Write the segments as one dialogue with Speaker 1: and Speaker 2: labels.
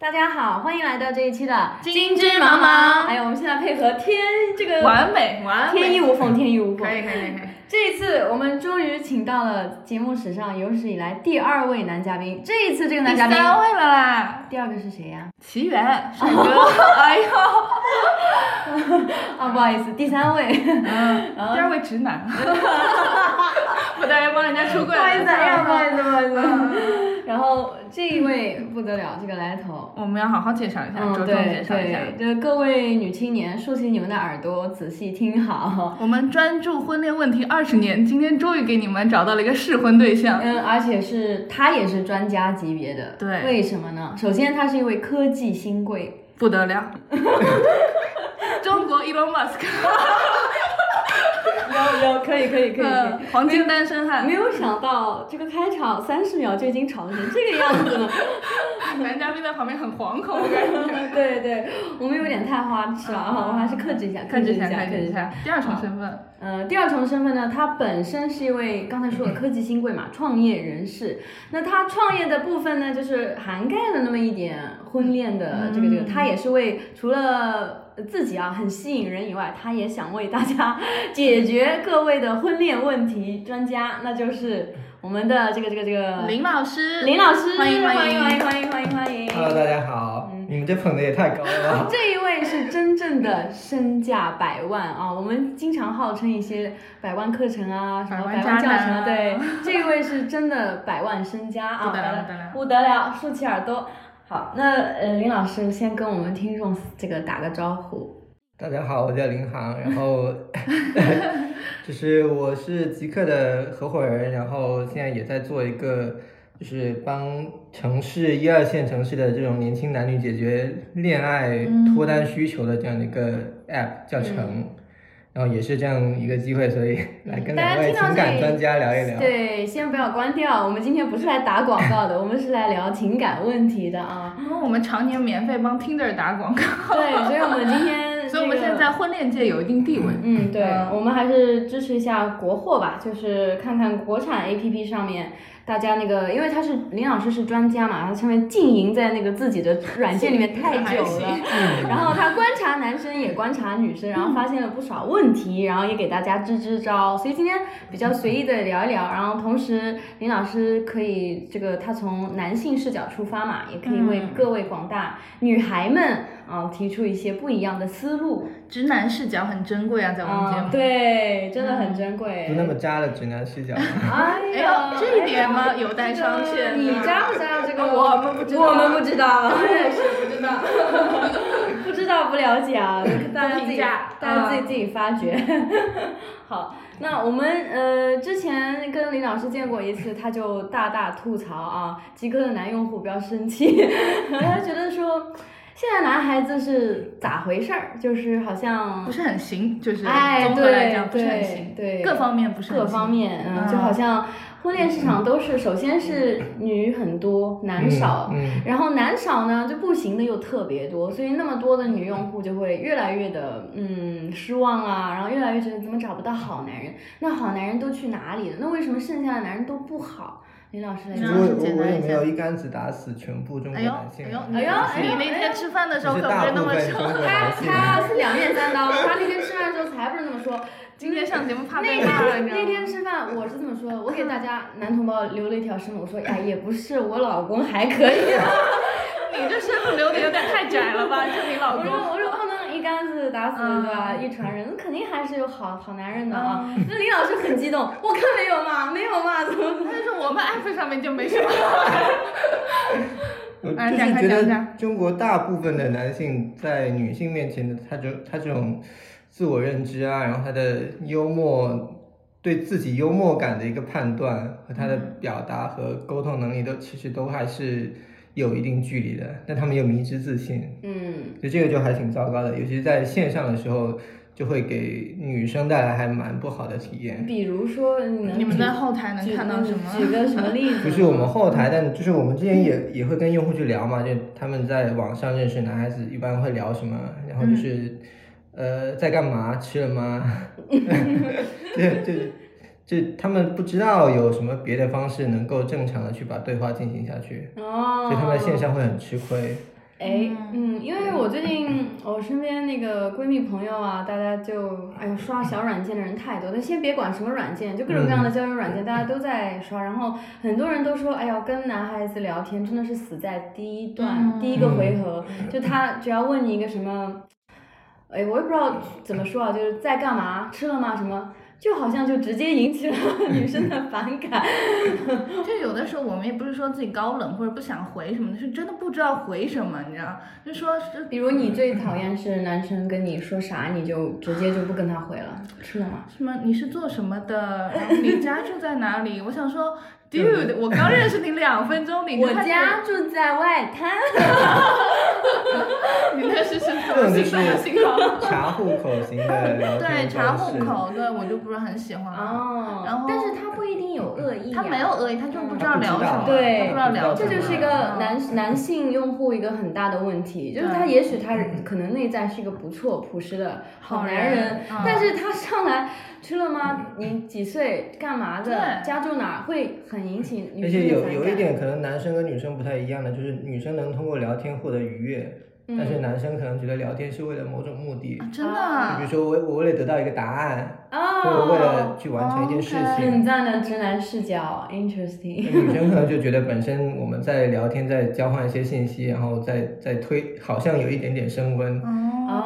Speaker 1: 大家好，欢迎来到这一期的
Speaker 2: 金枝茫茫
Speaker 1: 哎呀，我们现在配合天这个
Speaker 2: 完美，完
Speaker 1: 天衣无缝，天衣无缝
Speaker 2: 可。以可以可以可以，
Speaker 1: 这一次我们终于请到了节目史上有史以来第二位男嘉宾。这一次这个男
Speaker 2: 第
Speaker 1: 嘉宾，
Speaker 2: 三位了啦，
Speaker 1: 第二个是谁呀、
Speaker 2: 奇缘帅哥，哎呦，
Speaker 1: 啊，不好意思，第三位。
Speaker 2: 嗯，第二位直男， 我大概帮人家出柜了，
Speaker 1: 思，不好意思，不好
Speaker 2: 嗯
Speaker 1: 思。然后这一位不得了，这个来头。
Speaker 2: 我们要好好介绍一下，
Speaker 1: 嗯，
Speaker 2: 着重
Speaker 1: 对
Speaker 2: 介绍一下。
Speaker 1: 对，就是各位女青年，竖起你们的耳朵，仔细听好。
Speaker 2: 我们专注婚恋问题二十年，今天终于给你们找到了一个适婚对象。
Speaker 1: 嗯，而且是他也是专家级别的，
Speaker 2: 对
Speaker 1: 为什么呢？首先，他是一位科技新贵，
Speaker 2: 不得了！ 中国 Elon Musk，
Speaker 1: 有有，可以可以可以
Speaker 2: 嗯黄金单身汉
Speaker 1: 没，有想到这个开场三十秒就已经吵成这个样子了，
Speaker 2: 男嘉宾在旁边很惶恐，我感觉。
Speaker 1: 对对，我们有点太花痴了啊，我还是克制一下，克
Speaker 2: 看
Speaker 1: 制
Speaker 2: 之
Speaker 1: 一下，
Speaker 2: 前，嗯看
Speaker 1: 克制
Speaker 2: 之
Speaker 1: 一下。
Speaker 2: 前，第二重身份，
Speaker 1: 呃，第二重身份呢，他本身是一位刚才说 的科技新贵嘛，创业人士。那他创业的部分呢，就是涵盖了那么一点
Speaker 2: 嗯
Speaker 1: 婚恋的这个这个，他也是为除了。自己啊，很吸引人以外，他也想为大家 解决各位的婚恋问题专家，那就是我们的这个这个这个
Speaker 2: 林老师，
Speaker 1: 林老师，
Speaker 2: 欢迎
Speaker 1: 欢
Speaker 2: 欢
Speaker 1: 迎
Speaker 2: 迎
Speaker 1: 欢迎欢迎欢迎欢迎。！
Speaker 3: Hello，大家好，你们这捧的也太高了 吧
Speaker 1: 这一位是真正的身价百万啊！我们经常号称一些百万课程啊，什么百
Speaker 2: 百万
Speaker 1: 万教
Speaker 2: 渣男
Speaker 1: 程啊，对，这一位是真的百万身家啊，
Speaker 2: 不得了
Speaker 1: 不得了，竖起耳朵。好，那呃，林老师先跟我们听众这个打个招呼。
Speaker 3: 大家好，我叫林航，然后 就是我是极客的合伙人，然后现在也在做一个就是帮城市一二线城市的这种年轻男女解决恋爱脱单需求的这样的一个 app，、叫
Speaker 1: 嗯
Speaker 3: 城。然后也是这样一个机会，所以来跟
Speaker 1: 嗯大
Speaker 3: 两
Speaker 1: 家
Speaker 3: 位
Speaker 1: 听到
Speaker 3: 情
Speaker 1: 这
Speaker 3: 感
Speaker 1: 里
Speaker 3: 专家聊一聊。
Speaker 1: 对，先不要关掉，我们今天不是来打广告的，我们是来聊情感问题的啊。
Speaker 2: 因为我们常年免费帮 Tinder 打广 告，
Speaker 1: 对，所以我们今天、这个，
Speaker 2: 所以我们现在在婚恋界有一定地位。
Speaker 1: 嗯，对，
Speaker 2: 嗯
Speaker 1: 我们还是支持一下国货吧，就是看看国产 A P P 上面大家那个，因为他是林老师是专家嘛，他上面浸淫在那个自己的软件里面 太久
Speaker 2: 还
Speaker 1: 了
Speaker 2: 行，
Speaker 1: 然后他观察男生也观察女生，然后发现了不少问题，然后也给大家支支招，所以今天比较随意的聊一聊，然后同时林老师可以这个他从男性视角出发嘛，也可以为
Speaker 2: 嗯
Speaker 1: 各位广大女孩们啊、提出一些不一样的思路。
Speaker 2: 直男视角很珍贵啊，在我们节
Speaker 1: 啊、
Speaker 2: 目。
Speaker 1: 对，真的很珍贵。
Speaker 3: 不那么渣的直男视角。
Speaker 1: 哎
Speaker 2: 哎
Speaker 1: 呀
Speaker 2: 呦，，这一点吗？有待商
Speaker 1: 这个
Speaker 2: 榷。
Speaker 1: 你知不知道这个？
Speaker 2: 啊哦我们不知道
Speaker 1: 我们不知道，
Speaker 2: 是不知道。
Speaker 1: 不知道不了解 啊，大家自
Speaker 2: 评
Speaker 1: 己
Speaker 2: 价
Speaker 1: 大家自己
Speaker 2: 嗯
Speaker 1: 自己发掘。 好，那我们呃之前跟林老师见过一次，他就大大吐槽啊，极客的男用户不要生气， 他觉得说现在男孩子是咋回事儿，就是好像
Speaker 2: 不是很行，就是
Speaker 1: 哎
Speaker 2: 综合来讲不
Speaker 1: 对
Speaker 2: 是很行，
Speaker 1: 对对
Speaker 2: 各方面不是很
Speaker 1: 各
Speaker 2: 行
Speaker 1: 方面，嗯，就好像婚恋市场都是，首先是女很多，男少。
Speaker 3: 嗯嗯
Speaker 1: 然后男少呢，就不行的又特别多，所以那么多的女用户就会越来越的嗯失望啊，然后越来越觉得怎么找不到好男人？那好男人都去哪里了？那为什么剩下的男人都不好？林老师来
Speaker 2: 林
Speaker 3: 其
Speaker 1: 讲
Speaker 3: 实
Speaker 1: 讲，
Speaker 2: 老师
Speaker 3: 我
Speaker 2: 简
Speaker 3: 我
Speaker 2: 单
Speaker 3: 有
Speaker 2: 一
Speaker 3: 没
Speaker 2: 下
Speaker 3: 有一竿子打死全部中国
Speaker 2: 哎呦
Speaker 3: 男性？
Speaker 2: 哎呦，
Speaker 1: 哎呦哎呦
Speaker 2: 你那天吃饭的时候
Speaker 3: 你
Speaker 2: 可
Speaker 3: 是大
Speaker 2: 没那
Speaker 3: 部
Speaker 2: 么
Speaker 3: 分中
Speaker 2: 说。
Speaker 3: 国
Speaker 1: 他
Speaker 3: 男性。
Speaker 1: 他是两面三刀，他那天吃饭的时候才不是那么说。
Speaker 2: 今天上节目怕
Speaker 1: 那
Speaker 2: 被
Speaker 1: 天
Speaker 2: 骂了，你知道吗
Speaker 1: 那天吃饭，我是这么说的，我给大 家男同胞留了一条生路，我说，哎，也不是，我老公还可 以、
Speaker 2: 你这身份留的有点太窄了吧？就你老
Speaker 1: 我说，
Speaker 2: 公。
Speaker 1: 我说不能一竿子打死对吧？
Speaker 2: 嗯
Speaker 1: 一船人，肯定还是有好好男人的啊
Speaker 2: 嗯。
Speaker 1: 那、林老师很激动，我看没有嘛，没有嘛，怎么怎么？
Speaker 2: 但是我们 app 上面就没什么。
Speaker 3: 我
Speaker 2: 哎
Speaker 3: 就是
Speaker 2: 讲开
Speaker 3: 觉
Speaker 2: 讲
Speaker 3: 得
Speaker 2: 开
Speaker 3: 中国大部分的男性在女性面前的他这他这种自我认知啊，然后他的幽默，对自己幽默感的一个判断和他的
Speaker 2: 嗯
Speaker 3: 表达和沟通能力都其实都还是有一定距离的，但他们又迷之自信，
Speaker 1: 嗯，
Speaker 3: 就这个就还挺糟糕的，尤其是在线上的时候，就会给女生带来还蛮不好的体验。
Speaker 1: 比如说你能
Speaker 2: 你们在后台能
Speaker 1: 举
Speaker 2: 看到什么？
Speaker 1: 举个什么例子？
Speaker 3: 不是我们后台，但就是我们之前也也会跟用户去聊嘛，就他们在网上认识男孩子一般会聊什么，然后就是，呃，在干嘛，吃了吗？ 对， 就是就他们不知道有什么别的方式能够正常的去把对话进行下去，
Speaker 1: 哦，
Speaker 3: 所以他们在线上会很吃亏。
Speaker 1: 哎
Speaker 2: 嗯，
Speaker 1: 嗯，因为我最近我身边那个闺蜜朋友啊，大家就哎呦刷小软件的人太多，但先别管什么软件，就各种各样的交友软件，大家都在刷。然后很多人都说，哎呀，跟男孩子聊天真的是死在第一段、
Speaker 2: 嗯
Speaker 1: 第一个回合，就他只要问你一个什么，哎，我也不知道怎么说啊，就是在干嘛，吃了吗，什么。就好像就直接引起了女生的反感，
Speaker 2: 就有的时候我们也不是说自己高冷或者不想回什么的，是真的不知道回什么，你知道？就说是
Speaker 1: 比如你最讨厌是男生跟你说啥，你就直接就不跟他回了，吃了吗？
Speaker 2: 什么你是做什么 的，然后你家住在哪里？我想说，dude，我刚认识你两分钟，你
Speaker 1: 我
Speaker 2: 那
Speaker 1: 家住在外滩，
Speaker 2: 你那是 什
Speaker 3: 这
Speaker 2: 么
Speaker 3: 种就
Speaker 2: 新
Speaker 3: 是
Speaker 2: 的信号？
Speaker 3: 查户口型的聊
Speaker 2: 哦对，
Speaker 3: 天
Speaker 2: 查
Speaker 3: 方式
Speaker 2: 户，口，对我就不是很喜欢。
Speaker 1: 哦
Speaker 2: 然后
Speaker 1: 但是他不一定有恶意、啊
Speaker 2: 他没有，恶意，他就不知道聊什么，
Speaker 1: 对
Speaker 2: 他不知道聊什
Speaker 1: 这
Speaker 2: 么，
Speaker 1: 就是一个男、男性用户一个很大的问题，就是他也许他可能内在是一个不错朴实的好男人，
Speaker 2: 嗯
Speaker 1: 但是他上来吃了吗？你几岁？干嘛的？
Speaker 2: 对
Speaker 1: 家住哪儿？会很引起女
Speaker 3: 而
Speaker 1: 生
Speaker 3: 且
Speaker 1: 的
Speaker 3: 有
Speaker 1: 反
Speaker 3: 有
Speaker 1: 感
Speaker 3: 一，点可能男生跟女生不太一样的，就是女生能通过聊天获得愉悦，
Speaker 2: 嗯
Speaker 3: 但是男生可能觉得聊天是为了某种目的，
Speaker 2: 啊真的
Speaker 3: 就比
Speaker 1: 嗯
Speaker 2: 啊
Speaker 3: 如说我我为了得到一个答案，或者为
Speaker 1: 哦，
Speaker 3: 了去完成一件事
Speaker 1: 很
Speaker 3: 情。
Speaker 1: 赞的直男视角，interesting。
Speaker 3: 那女生可能就觉得本身我们在聊天，在交换一些信息，然后再再推，好像有一点点升温，
Speaker 2: 哦。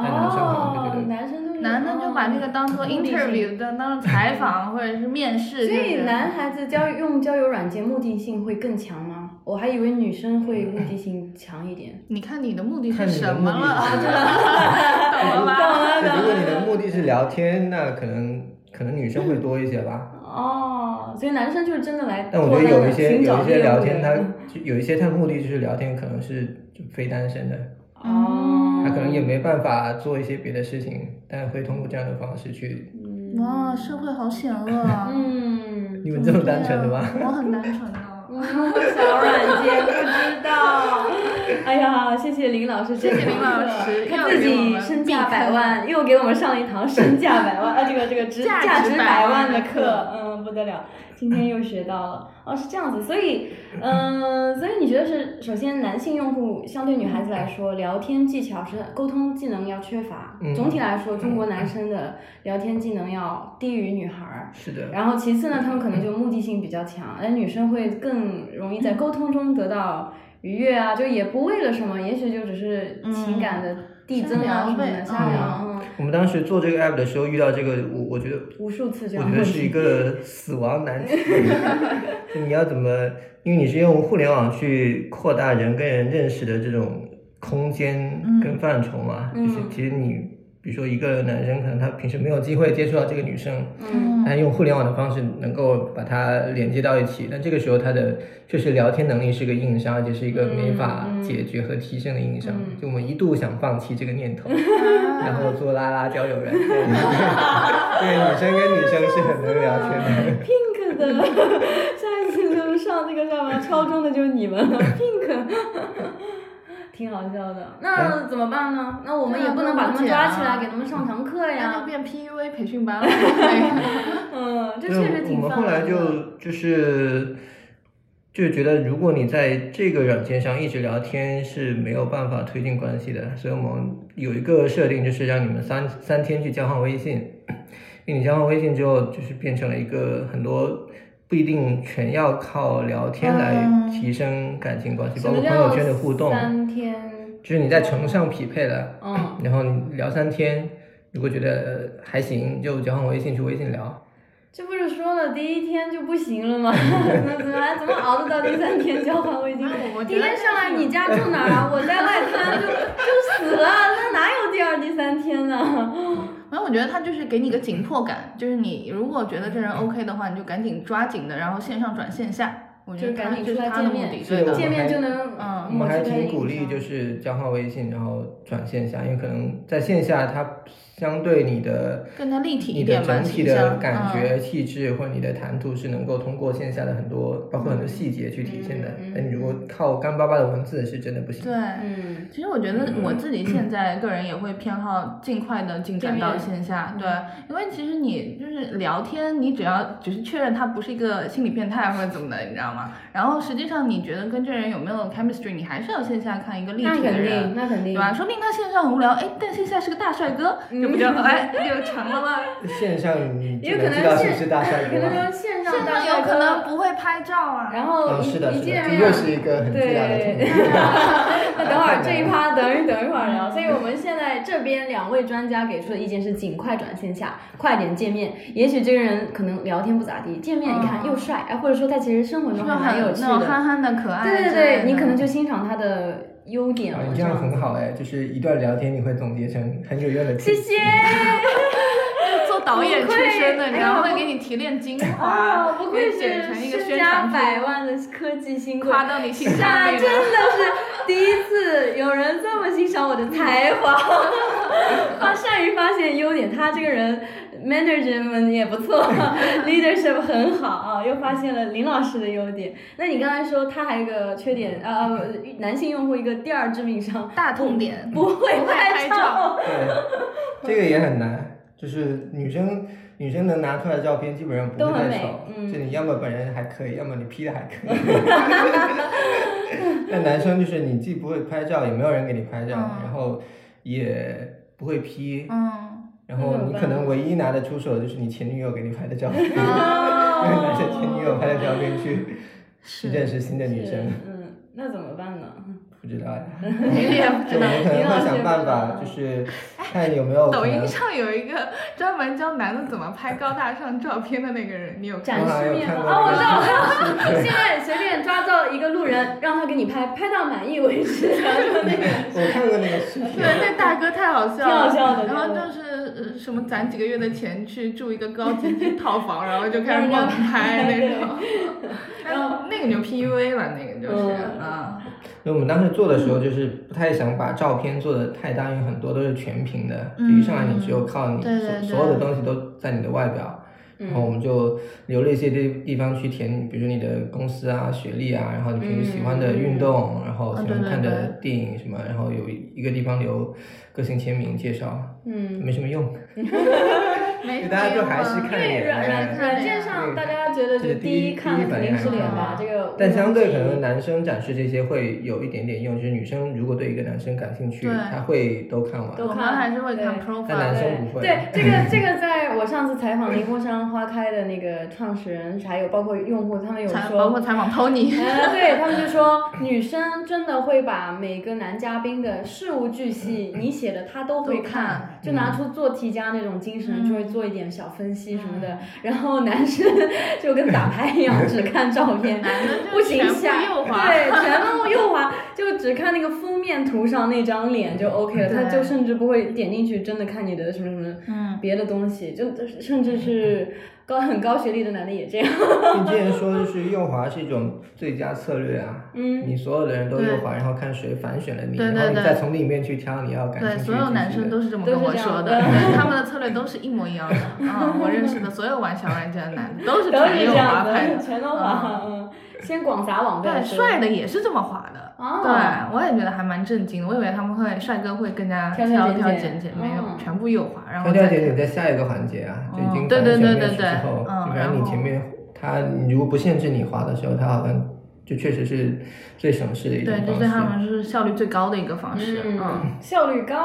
Speaker 3: 但哎男生好像就觉
Speaker 1: 哦
Speaker 3: 得，
Speaker 1: 男生都
Speaker 2: 男的就把这个当做
Speaker 1: 哦目的性
Speaker 2: interview，当当做采访或者是面试，
Speaker 1: 所以
Speaker 2: 就是
Speaker 1: 男孩子交用交友软件目的性会更强吗？我还以为女生会目的性强一点。
Speaker 2: 你看你的目的
Speaker 3: 看
Speaker 2: 是
Speaker 3: 你的
Speaker 2: 什
Speaker 3: 目
Speaker 2: 么
Speaker 3: 的
Speaker 2: 了？
Speaker 3: 是什
Speaker 2: 懂了吧？
Speaker 3: 如果你的目的是聊天，那可能可能女生会多一些吧。
Speaker 1: 哦，所以男生就是真的来
Speaker 3: 但
Speaker 1: 做
Speaker 3: 哎我
Speaker 1: 那
Speaker 3: 觉
Speaker 1: 个
Speaker 3: 得有一些
Speaker 1: 寻
Speaker 3: 有
Speaker 1: 找
Speaker 3: 一些聊天，
Speaker 1: 猎物
Speaker 3: 他
Speaker 1: 的
Speaker 3: 就有一些他的目的就是聊天，可能是就非单身的，
Speaker 1: 哦，
Speaker 3: 他可能也没办法做一些别的事情，但会通过这样的方式去。
Speaker 2: 哇，社会好险恶啊！
Speaker 1: 嗯，
Speaker 3: 你们这么单纯的吗？
Speaker 2: 对啊我很单纯的。
Speaker 1: 嗯小软件不知道。 哎呀，谢谢林老师，
Speaker 2: 哎谢谢林老师
Speaker 1: 他
Speaker 2: 又
Speaker 1: 自
Speaker 2: 给我
Speaker 1: 己
Speaker 2: 们
Speaker 1: 身
Speaker 2: 避
Speaker 1: 价
Speaker 2: 坑
Speaker 1: 百万，又给我们上了一堂身价百万啊，这个这个值
Speaker 2: 价值
Speaker 1: 值
Speaker 2: 百
Speaker 1: 万
Speaker 2: 万的
Speaker 1: 课
Speaker 2: 课，
Speaker 1: 嗯，不得了，今天又学到了。哦，是这样子，所以，嗯、所以你觉得是首先男性用户相对女孩子来说，聊天技巧是沟通技能要缺乏，
Speaker 3: 嗯
Speaker 1: 总体来说，中国男生的聊天技能要低于女孩儿。
Speaker 3: 是的，
Speaker 1: 然后其次呢，他们可能就目的性比较强，而女生会更容易在沟通中得到愉悦啊，就也不为了什么，也许就只是情感的递增啊什
Speaker 2: 嗯
Speaker 1: 么的，嗯
Speaker 2: 商
Speaker 1: 商
Speaker 3: 量
Speaker 1: 量，嗯，
Speaker 3: 我们当时做这个 app 的时候遇到这个，我我觉得
Speaker 1: 无数次这
Speaker 3: 我
Speaker 1: 样
Speaker 3: 觉
Speaker 1: 的
Speaker 3: 得
Speaker 1: 问
Speaker 3: 是一
Speaker 1: 题。
Speaker 3: 个死亡难题。 就你要怎么？因为你是用互联网去扩大人跟人认识的这种空间跟范畴嘛，
Speaker 1: 嗯
Speaker 3: 就是其实你。比如说，一个男生可能他平时没有机会接触到这个女生，
Speaker 1: 嗯
Speaker 3: 但用互联网的方式能够把它连接到一起，那这个时候他的确实聊天能力是个硬伤，而且是一个没法
Speaker 1: 嗯嗯
Speaker 3: 解决和提升的硬伤。
Speaker 1: 嗯
Speaker 3: 就我们一度想放弃这个念头，然后做拉拉交友 软件，因为女生跟女生是很能聊天的。
Speaker 1: Pink 的，下一次咱们上这个叫什么敲钟的就是你们 了，Pink，挺好笑的。啊那怎么办呢？那我们也不能把他们抓起来，给他们上堂课
Speaker 2: 那就
Speaker 1: 呀。
Speaker 2: 变 PUA 培训班了。 对
Speaker 1: 嗯，这确
Speaker 3: 对，
Speaker 1: 实
Speaker 3: 我
Speaker 1: 挺
Speaker 3: 们
Speaker 1: 犯
Speaker 3: 后来
Speaker 1: 难的。
Speaker 3: 就就是就觉得，如果你在这个软件上一直聊天是没有办法推进关系的，所以我们有一个设定，就是让你们三三天去交换微信。因为你交换微信之后，就是变成了一个很多不一定全要靠聊天来
Speaker 2: 嗯
Speaker 3: 提升感情关系，
Speaker 1: 什
Speaker 3: 包
Speaker 1: 么
Speaker 3: 括朋
Speaker 1: 叫
Speaker 3: 友圈的互动，
Speaker 1: 三天，
Speaker 3: 就是你在床上匹配了。
Speaker 1: 嗯。
Speaker 3: 然后你聊三天，如果觉得呃还行，就交换微信去微信聊。
Speaker 1: 这不是说了第一天就不行了吗？ 怎么来怎么熬得到第三天交换微信？
Speaker 2: 我我
Speaker 1: 第
Speaker 2: 觉
Speaker 1: 一
Speaker 2: 得
Speaker 1: 天上来你家住哪儿啊？我在外滩就就死了，那哪有第二、第三天呢？
Speaker 2: 然后我觉得他就是给你一个紧迫感，就是你如果觉得这人 OK 的话，你就赶紧抓紧的，然后线上转线下。我觉得
Speaker 1: 就赶
Speaker 2: 他
Speaker 1: 紧
Speaker 2: 这
Speaker 1: 出来
Speaker 2: 是他
Speaker 1: 见
Speaker 2: 的目
Speaker 1: 面
Speaker 2: 的，
Speaker 3: 是
Speaker 2: 对
Speaker 3: 我
Speaker 2: 的
Speaker 3: 们。
Speaker 1: 见面
Speaker 3: 还
Speaker 1: 就能
Speaker 2: 嗯
Speaker 3: 我
Speaker 1: 抹
Speaker 3: 们
Speaker 1: 去
Speaker 3: 还
Speaker 1: 他的印
Speaker 3: 挺鼓励
Speaker 1: 象
Speaker 3: 就是交换微信，然后转线下，因为可能在线下它相对你的
Speaker 2: 更加立体
Speaker 3: 你
Speaker 2: 一
Speaker 3: 的
Speaker 2: 点吧，
Speaker 3: 整体
Speaker 2: 形
Speaker 3: 的
Speaker 2: 象
Speaker 3: 感
Speaker 2: 嗯
Speaker 3: 觉、气质或者你的谈吐是能够通过线下的很多，包括很多细节去体现的
Speaker 1: 嗯嗯嗯。
Speaker 3: 但你如果靠干巴巴的文字是真的不行。
Speaker 2: 对，
Speaker 1: 嗯，
Speaker 2: 其实我觉得我自己现在个人也会偏好尽快的进展到线下，
Speaker 1: 见
Speaker 2: 对，因为其实你就是聊天，你只要只是确认他不是一个心理变态或者怎么的，你知道嘛。然后实际上你觉得跟这人有没有 chemistry，你还是要线下看一个立
Speaker 1: 那
Speaker 2: 体的
Speaker 1: 肯
Speaker 2: 人
Speaker 1: 定，。那肯定，
Speaker 2: 对吧？说不定他线上很无聊，哎，但线下是个大帅哥，
Speaker 1: 嗯
Speaker 2: 这不就 哎就成了吗？
Speaker 3: 线上你
Speaker 1: 也
Speaker 3: 就
Speaker 1: 有可
Speaker 3: 能
Speaker 1: 能
Speaker 3: 知道是
Speaker 1: 线
Speaker 3: 不是大帅
Speaker 1: 可
Speaker 3: 哥
Speaker 1: 能
Speaker 3: 了。
Speaker 1: 说线上
Speaker 2: 线
Speaker 1: 大
Speaker 2: 上
Speaker 1: 帅
Speaker 2: 有可
Speaker 1: 哥
Speaker 2: 能不会拍照啊。
Speaker 1: 然
Speaker 3: 嗯，
Speaker 1: 后一
Speaker 3: 是的，
Speaker 1: 哦一
Speaker 3: 是的，
Speaker 1: 见
Speaker 3: 这
Speaker 1: 面，啊
Speaker 3: 又是一个很巨大的
Speaker 1: 对
Speaker 3: 突，破。
Speaker 1: 那等会儿这一趴等一等一会儿聊。所以我们现在这边两位专家给出的意见是：尽快转线下，快点见面。也许这个人可能聊天不咋地，见面你看
Speaker 2: 嗯
Speaker 1: 又帅，哎，或者说他其实生活
Speaker 2: 是
Speaker 1: 中
Speaker 2: 不是
Speaker 1: 还蛮
Speaker 2: 很
Speaker 1: 有
Speaker 2: 那
Speaker 1: 趣
Speaker 2: 种
Speaker 1: 的。
Speaker 2: 憨憨的可爱之类
Speaker 1: 对
Speaker 2: 的？
Speaker 1: 对对，你可能就欣赏他的优点
Speaker 3: 啊
Speaker 1: 了。
Speaker 3: 你这样很好哎，就是一段聊天你会总结成很有用的 tips。
Speaker 1: 谢谢。
Speaker 2: 做导演出身的，你知
Speaker 1: 哎
Speaker 2: 道
Speaker 1: 呀
Speaker 2: 吗会给你提炼精华，
Speaker 1: 哦，不愧
Speaker 2: 给你
Speaker 1: 是
Speaker 2: 剪成一个宣
Speaker 1: 身家
Speaker 2: 传
Speaker 1: 百
Speaker 2: 片，
Speaker 1: 万的科技新贵。
Speaker 2: 夸到你心坎
Speaker 1: 那
Speaker 2: 里
Speaker 1: 真
Speaker 2: 了。
Speaker 1: 的是第一次有人这么欣赏我的才 华，他善于发现优点，他这个人 management 也不 错，leadership 很好啊，又发现了林老师的优点。那你刚才说他还有一个缺点，呃呃，不男性用户一个第二致命 伤，
Speaker 2: 大痛点，
Speaker 1: 不会
Speaker 2: 不会
Speaker 1: 拍
Speaker 2: 拍照
Speaker 3: 对，这个也很难，就是女生女生能拿出来的照片基本上不
Speaker 1: 都
Speaker 3: 会
Speaker 1: 很
Speaker 3: 太
Speaker 1: 美
Speaker 3: 丑，
Speaker 1: 嗯
Speaker 3: 就你要么本人还可以，要么你 P 的还可以。 那男生就是你既不会拍照，也没有人给你拍照，
Speaker 2: 嗯
Speaker 3: 然后也不会 P，
Speaker 2: 嗯，
Speaker 3: 然后你
Speaker 1: 那
Speaker 3: 可
Speaker 1: 怎么
Speaker 3: 能
Speaker 1: 办
Speaker 3: 唯一拿得出手的就是你前女友给你拍的照片，用
Speaker 2: 嗯
Speaker 3: 男生前女友
Speaker 1: 哦，
Speaker 3: 拍的照片去去认
Speaker 2: 是，
Speaker 3: 识新的女
Speaker 1: 是
Speaker 3: 生，
Speaker 1: 嗯，那怎么办呢？
Speaker 3: 不知道哎呀。
Speaker 2: 你也不知
Speaker 3: 就我
Speaker 2: 道。
Speaker 3: 们可能会想办法，就是看有没有可
Speaker 2: 抖
Speaker 3: 能
Speaker 2: 音上有一个专门教男的怎么拍高大上照片的那个人，你有看
Speaker 1: 展
Speaker 2: 过吗？
Speaker 1: 示面貌啊，我知道，我知道。现在随便抓到一个路人，让他给你拍，拍到满意为 止，然后就那
Speaker 2: 啊
Speaker 1: 个。
Speaker 3: 我看过那个视频
Speaker 2: 对，，那大哥太好笑了，
Speaker 1: 挺好笑的
Speaker 2: 然后
Speaker 1: 真的
Speaker 2: 就是呃什么攒几个月的钱去住一个高级套房，然后就开始乱拍那种。 然后那个就 PUA 了，那个就是
Speaker 1: 嗯
Speaker 2: 啊，
Speaker 3: 因为我们当时做的时候，就是不太想把照片做的太大，因为很多都是全屏的，就
Speaker 2: 嗯
Speaker 3: 一上来你只有靠你所
Speaker 2: 对对对嗯
Speaker 3: 所有的东西都在你的外表，然后我们就留了一些地地方去填，比如说你的公司啊、学历啊，然后你平时喜
Speaker 2: 嗯
Speaker 3: 欢的运动，然后
Speaker 2: 啊
Speaker 3: 喜
Speaker 2: 对
Speaker 3: 欢
Speaker 2: 对
Speaker 3: 看的
Speaker 2: 对
Speaker 3: 电影什么，然后有一个地方留个性签名介绍，
Speaker 1: 嗯，
Speaker 3: 没什么用，
Speaker 2: 没
Speaker 3: 就大家就还
Speaker 2: 没
Speaker 3: 是
Speaker 2: 有啊
Speaker 3: 看
Speaker 1: 对
Speaker 3: 脸
Speaker 1: 软软
Speaker 2: 哎
Speaker 1: 软件上，大家觉得就第一看的肯定是脸吧，这个。
Speaker 3: 但相对可能男生展示这些会有一点点用，就是女生如果对一个男生感兴趣，
Speaker 2: 对
Speaker 3: 她会都看 完。
Speaker 1: 都
Speaker 2: 我们还是会
Speaker 1: 对
Speaker 2: 看
Speaker 3: 但男
Speaker 2: profile
Speaker 3: 生
Speaker 2: 的。
Speaker 3: 不会
Speaker 1: 对这个这个，在我上次采访宁波商花开的那个创始人，还有包括用户，他们有
Speaker 2: 采
Speaker 1: 说
Speaker 2: 包括采访 Tony，
Speaker 1: 嗯，对他们就说，女生真的会把每个男嘉宾的事无巨细，你写的她都会
Speaker 2: 都看
Speaker 1: 看，就拿出做题家那种精神，
Speaker 2: 嗯
Speaker 1: 就会做一点小分析什么的。然后男生就跟打牌一样，只看照片，
Speaker 2: 男的就
Speaker 1: 不停
Speaker 2: 全部
Speaker 1: 下，
Speaker 2: 右滑
Speaker 1: 对，全部右滑，就只看那个封面图上那张脸就 OK 了，
Speaker 2: 对
Speaker 1: 他就甚至不会点进去真的看你的什么什么
Speaker 2: 嗯，
Speaker 1: 别的东西，就甚至是高很高学历的男的也这样，
Speaker 3: 你之前说就是右滑是一种最佳策略啊，
Speaker 1: 嗯。
Speaker 3: 你所有的人都右滑，然后看谁反选了你，
Speaker 2: 对对
Speaker 3: 然后你
Speaker 2: 对
Speaker 3: 再从里面去挑你要感兴
Speaker 2: 对，
Speaker 3: 趣。
Speaker 2: 所有男生。都是这么跟我说
Speaker 1: 都是这
Speaker 2: 的，
Speaker 1: 样
Speaker 2: 对他们的策略都是一模一样的。啊，我认识的所有玩小软件的男的都是
Speaker 1: 都是
Speaker 2: 全
Speaker 1: 这
Speaker 2: 右滑
Speaker 1: 样
Speaker 2: 拍的
Speaker 1: 子，，全都滑，嗯，先广撒网再
Speaker 2: 对，
Speaker 1: 说
Speaker 2: 帅的也是这么滑的。
Speaker 1: 哦，
Speaker 2: 对，我也觉得还蛮震惊的，我以为他们会帅哥会更加
Speaker 1: 挑挑
Speaker 2: 挑
Speaker 1: 拣
Speaker 2: 挑
Speaker 1: 拣
Speaker 2: 拣拣，没
Speaker 1: 嗯
Speaker 2: 有，全部右滑，然后
Speaker 3: 那调
Speaker 2: 再
Speaker 3: 解你在下一个环节啊，就已经
Speaker 2: 嗯对
Speaker 3: 反
Speaker 2: 对
Speaker 3: 选
Speaker 2: 对
Speaker 3: 面
Speaker 2: 对
Speaker 3: 试
Speaker 2: 对
Speaker 3: 之后，
Speaker 2: 嗯
Speaker 3: 然后你
Speaker 2: 然后
Speaker 3: 前面他你如果不限制你滑的时候，他好像就确实是最省事的一种
Speaker 2: 对，这
Speaker 3: 方
Speaker 2: 对他
Speaker 3: 式。
Speaker 2: 们是效率最高的一个方式，嗯，
Speaker 1: 嗯，效率高，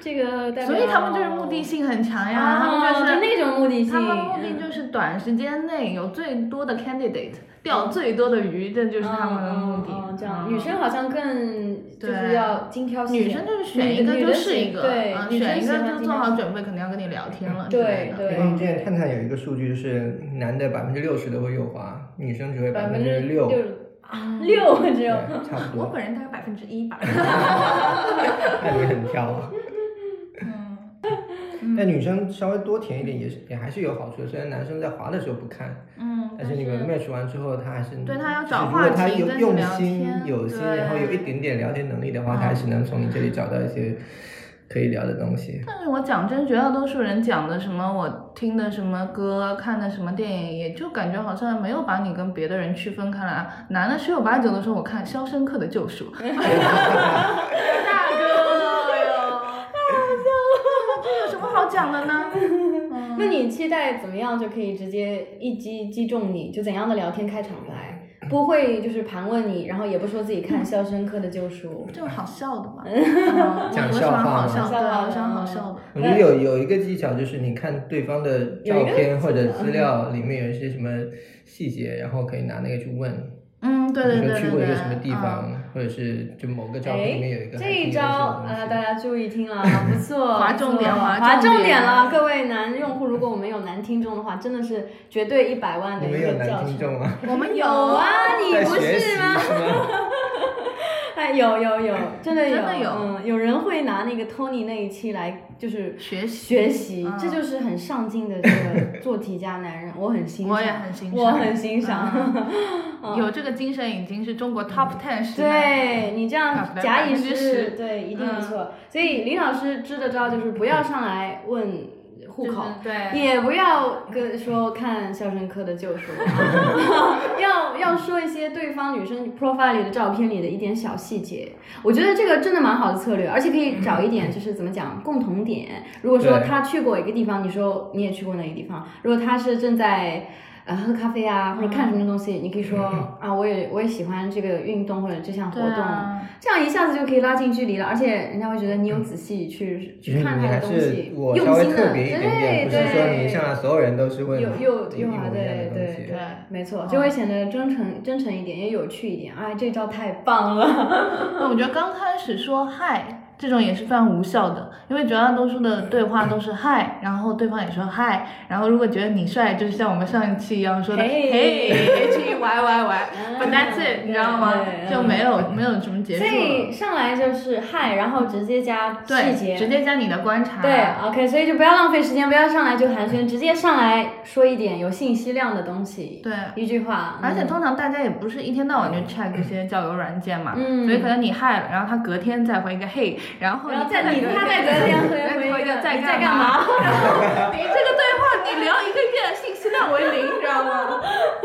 Speaker 1: 这个代表，
Speaker 2: 所以他们就是目的性很强呀，他
Speaker 1: 啊，
Speaker 2: 们
Speaker 1: 就
Speaker 2: 就是
Speaker 1: 那种目的性，
Speaker 2: 他们目的就是短时间内有最多的 candidate，钓最多的鱼，这就是他们的目的。
Speaker 1: 嗯嗯嗯这样，
Speaker 2: 嗯
Speaker 1: 女生好像更就是
Speaker 2: 对
Speaker 1: 要精挑细
Speaker 2: 女
Speaker 1: 选
Speaker 2: 生，就是选
Speaker 1: 女
Speaker 2: 一个
Speaker 1: 女
Speaker 2: 就
Speaker 1: 的
Speaker 2: 是
Speaker 1: 喜
Speaker 2: 一个，
Speaker 1: 对
Speaker 2: 嗯
Speaker 1: 女生
Speaker 2: 选一
Speaker 1: 喜
Speaker 2: 个
Speaker 1: 欢
Speaker 2: 就
Speaker 1: 今
Speaker 2: 做
Speaker 1: 天
Speaker 2: 好准备，肯定要跟你聊天了之
Speaker 1: 对
Speaker 2: 类的。嗯
Speaker 1: 对
Speaker 3: 因为之前探探有一个数据，就是男的百分之六十都会右滑，女生只会
Speaker 1: 百分
Speaker 3: 分之
Speaker 1: 之六
Speaker 3: 六，对，
Speaker 2: 啊
Speaker 1: 六只有，
Speaker 3: 差不
Speaker 2: 我
Speaker 3: 多。
Speaker 2: 本人大概百分之一吧。
Speaker 3: 那你很挑啊。
Speaker 2: 嗯。
Speaker 3: 但女生稍微多填一点也是也还是有好处的，虽然男生在滑的时候不看，
Speaker 2: 嗯，
Speaker 3: 但是你们 match 完之后，他还是
Speaker 2: 对他要
Speaker 3: 就是
Speaker 2: 找
Speaker 3: 如
Speaker 2: 话
Speaker 3: 果他
Speaker 2: 题
Speaker 3: 有
Speaker 2: 跟你
Speaker 3: 用
Speaker 2: 聊天
Speaker 3: 心、有心，
Speaker 2: 对
Speaker 3: 然后有一点点聊天能力的话，
Speaker 2: 嗯
Speaker 3: 他还是能从你这里找到一些可以聊的东西。
Speaker 2: 但是我讲真，绝大多数人讲的什么，我听的什么歌，看的什么电影，也就感觉好像没有把你跟别的人区分开来啊。男的十有八九的说，我看《肖申克的救 赎》，大哥哎哟，这有什么好讲的 呢？
Speaker 1: 那你期待怎么样就可以直接一击击中你？就怎样的聊天开场白？不会就是盘问你，然后也不说自己看《肖申克的救赎
Speaker 2: 就是好笑的嘛， 嗯我
Speaker 3: 讲
Speaker 2: 我喜
Speaker 3: 笑
Speaker 2: 欢
Speaker 3: 话
Speaker 2: 好
Speaker 3: 嘛
Speaker 2: 笑，对，啊我喜欢好笑的。
Speaker 3: 我觉得有有一个技巧，就是你看对方的
Speaker 1: 有一
Speaker 3: 照
Speaker 1: 个
Speaker 3: 片或者
Speaker 1: 技巧嗯
Speaker 3: 资料里面有一些什么细节，然后可以拿那个去问，
Speaker 2: 嗯，对对
Speaker 3: 比如
Speaker 2: 对
Speaker 3: 说去
Speaker 2: 对
Speaker 3: 过一个
Speaker 2: 对，
Speaker 3: 什么地
Speaker 2: 嗯
Speaker 3: 方，或者是就某个照片里面有一个
Speaker 1: 这
Speaker 3: 很细节
Speaker 1: 一
Speaker 3: 的
Speaker 1: 招啊、
Speaker 3: 什么
Speaker 1: 大
Speaker 3: 东西
Speaker 1: 家注意听了，不错，
Speaker 2: 划
Speaker 1: 不
Speaker 2: 重
Speaker 1: 错
Speaker 2: 点划
Speaker 1: 划
Speaker 2: 重
Speaker 1: 重点
Speaker 2: 点
Speaker 1: 了，各位男用户，如果我们有男听众的话，真的是绝对一百呃万的
Speaker 3: 你
Speaker 1: 一
Speaker 3: 们
Speaker 1: 个
Speaker 3: 有
Speaker 1: 教
Speaker 3: 男听
Speaker 1: 程。
Speaker 3: 众吗？
Speaker 2: 我们
Speaker 1: 有
Speaker 2: 有
Speaker 1: 啊，你
Speaker 3: 在
Speaker 1: 不
Speaker 3: 学习
Speaker 1: 是吗？
Speaker 3: 是吗？
Speaker 1: 哎，有有有，真的有，
Speaker 2: 真的有
Speaker 1: 嗯，有人会拿那个 Tony 那一期来就是
Speaker 2: 学习，
Speaker 1: 学习，
Speaker 2: 嗯
Speaker 1: 这就是很上进的这 个做题家男人，我很欣赏，
Speaker 2: 我也很欣赏，
Speaker 1: 我很欣赏。
Speaker 2: 嗯有这个精神已经是中国
Speaker 3: 嗯
Speaker 2: top ten 时代。
Speaker 1: 对你这
Speaker 2: 啊
Speaker 1: 样
Speaker 2: 不对
Speaker 1: 假以时
Speaker 2: 10%
Speaker 1: 日，对，一定
Speaker 2: 嗯
Speaker 1: 不错。所以林老师支的招就是不要上来问户口，
Speaker 2: 就是对，啊
Speaker 1: 也不要跟说看《肖申克的救赎》， 要要说一些对方女生 profile 里的照片里的一点小细节。我觉得这个真的蛮好的策略，而且可以找一点就是怎么讲共同点。如果说
Speaker 3: 对
Speaker 1: 他去过一个地方，你说你也去过那个地方；如果他是正在。呃，喝咖啡啊，或者看什么东西，你可以说啊，我也我也喜欢这个运动或者这项活
Speaker 2: 嗯对
Speaker 1: 动，
Speaker 2: 啊，
Speaker 1: 这样一下子就可以拉近距离了，而且人家会觉得你有仔细去、
Speaker 3: 就
Speaker 1: 去
Speaker 3: 是
Speaker 1: 看
Speaker 3: 你
Speaker 1: 他的
Speaker 3: 嗯还
Speaker 1: 东
Speaker 3: 是
Speaker 1: 西，
Speaker 3: 我
Speaker 1: 用
Speaker 3: 稍微
Speaker 1: 心
Speaker 3: 特
Speaker 1: 的，
Speaker 3: 别一点点，
Speaker 1: 对
Speaker 3: 不是说
Speaker 1: 对，
Speaker 3: 你上来所有人都是问
Speaker 1: 有有
Speaker 3: 一
Speaker 1: 有啊
Speaker 3: 模，一样的
Speaker 1: 对
Speaker 3: 东
Speaker 1: 对
Speaker 3: 西。
Speaker 1: 对
Speaker 2: 对，
Speaker 1: 没错，就会显得真诚真诚一点，也有趣一点。哎，这招太棒了！
Speaker 2: 那我觉得刚开始说嗨这种也是非常无效的，因为绝大多数的对话都是嗨，然后对方也说嗨，然后如果觉得你帅，就是像我们上一期一样说的
Speaker 1: 嘿
Speaker 2: 嘿 H E Y Y Y，
Speaker 1: 嗯
Speaker 2: but that's it，你知道吗
Speaker 1: 对？嗯
Speaker 2: 就没有没有什么结束
Speaker 1: 所以
Speaker 2: 了，
Speaker 1: 上来就是嗨，然后直接加细
Speaker 2: 对，直
Speaker 1: 节。
Speaker 2: 接加你的观察，
Speaker 1: 对，OK，所以就不要浪费时间，不要上来就寒暄，直接上来说一点有信息量的东西，
Speaker 2: 对
Speaker 1: 一句话。
Speaker 2: 而且
Speaker 1: 嗯
Speaker 2: 通常大家也不是一天到晚就 check 这些交友软件嘛，
Speaker 1: 嗯
Speaker 2: 所以可能你嗨了，然后他隔天再回一个嘿，然后
Speaker 1: 然后
Speaker 2: 再
Speaker 1: 再你
Speaker 2: 隔
Speaker 1: 他再隔天回
Speaker 2: 再
Speaker 1: 回
Speaker 2: 回
Speaker 1: 一个
Speaker 2: 在
Speaker 1: 你在干
Speaker 2: 干
Speaker 1: 嘛？
Speaker 2: 然 后你这个对话你聊一个月，信息量为零，你知道吗？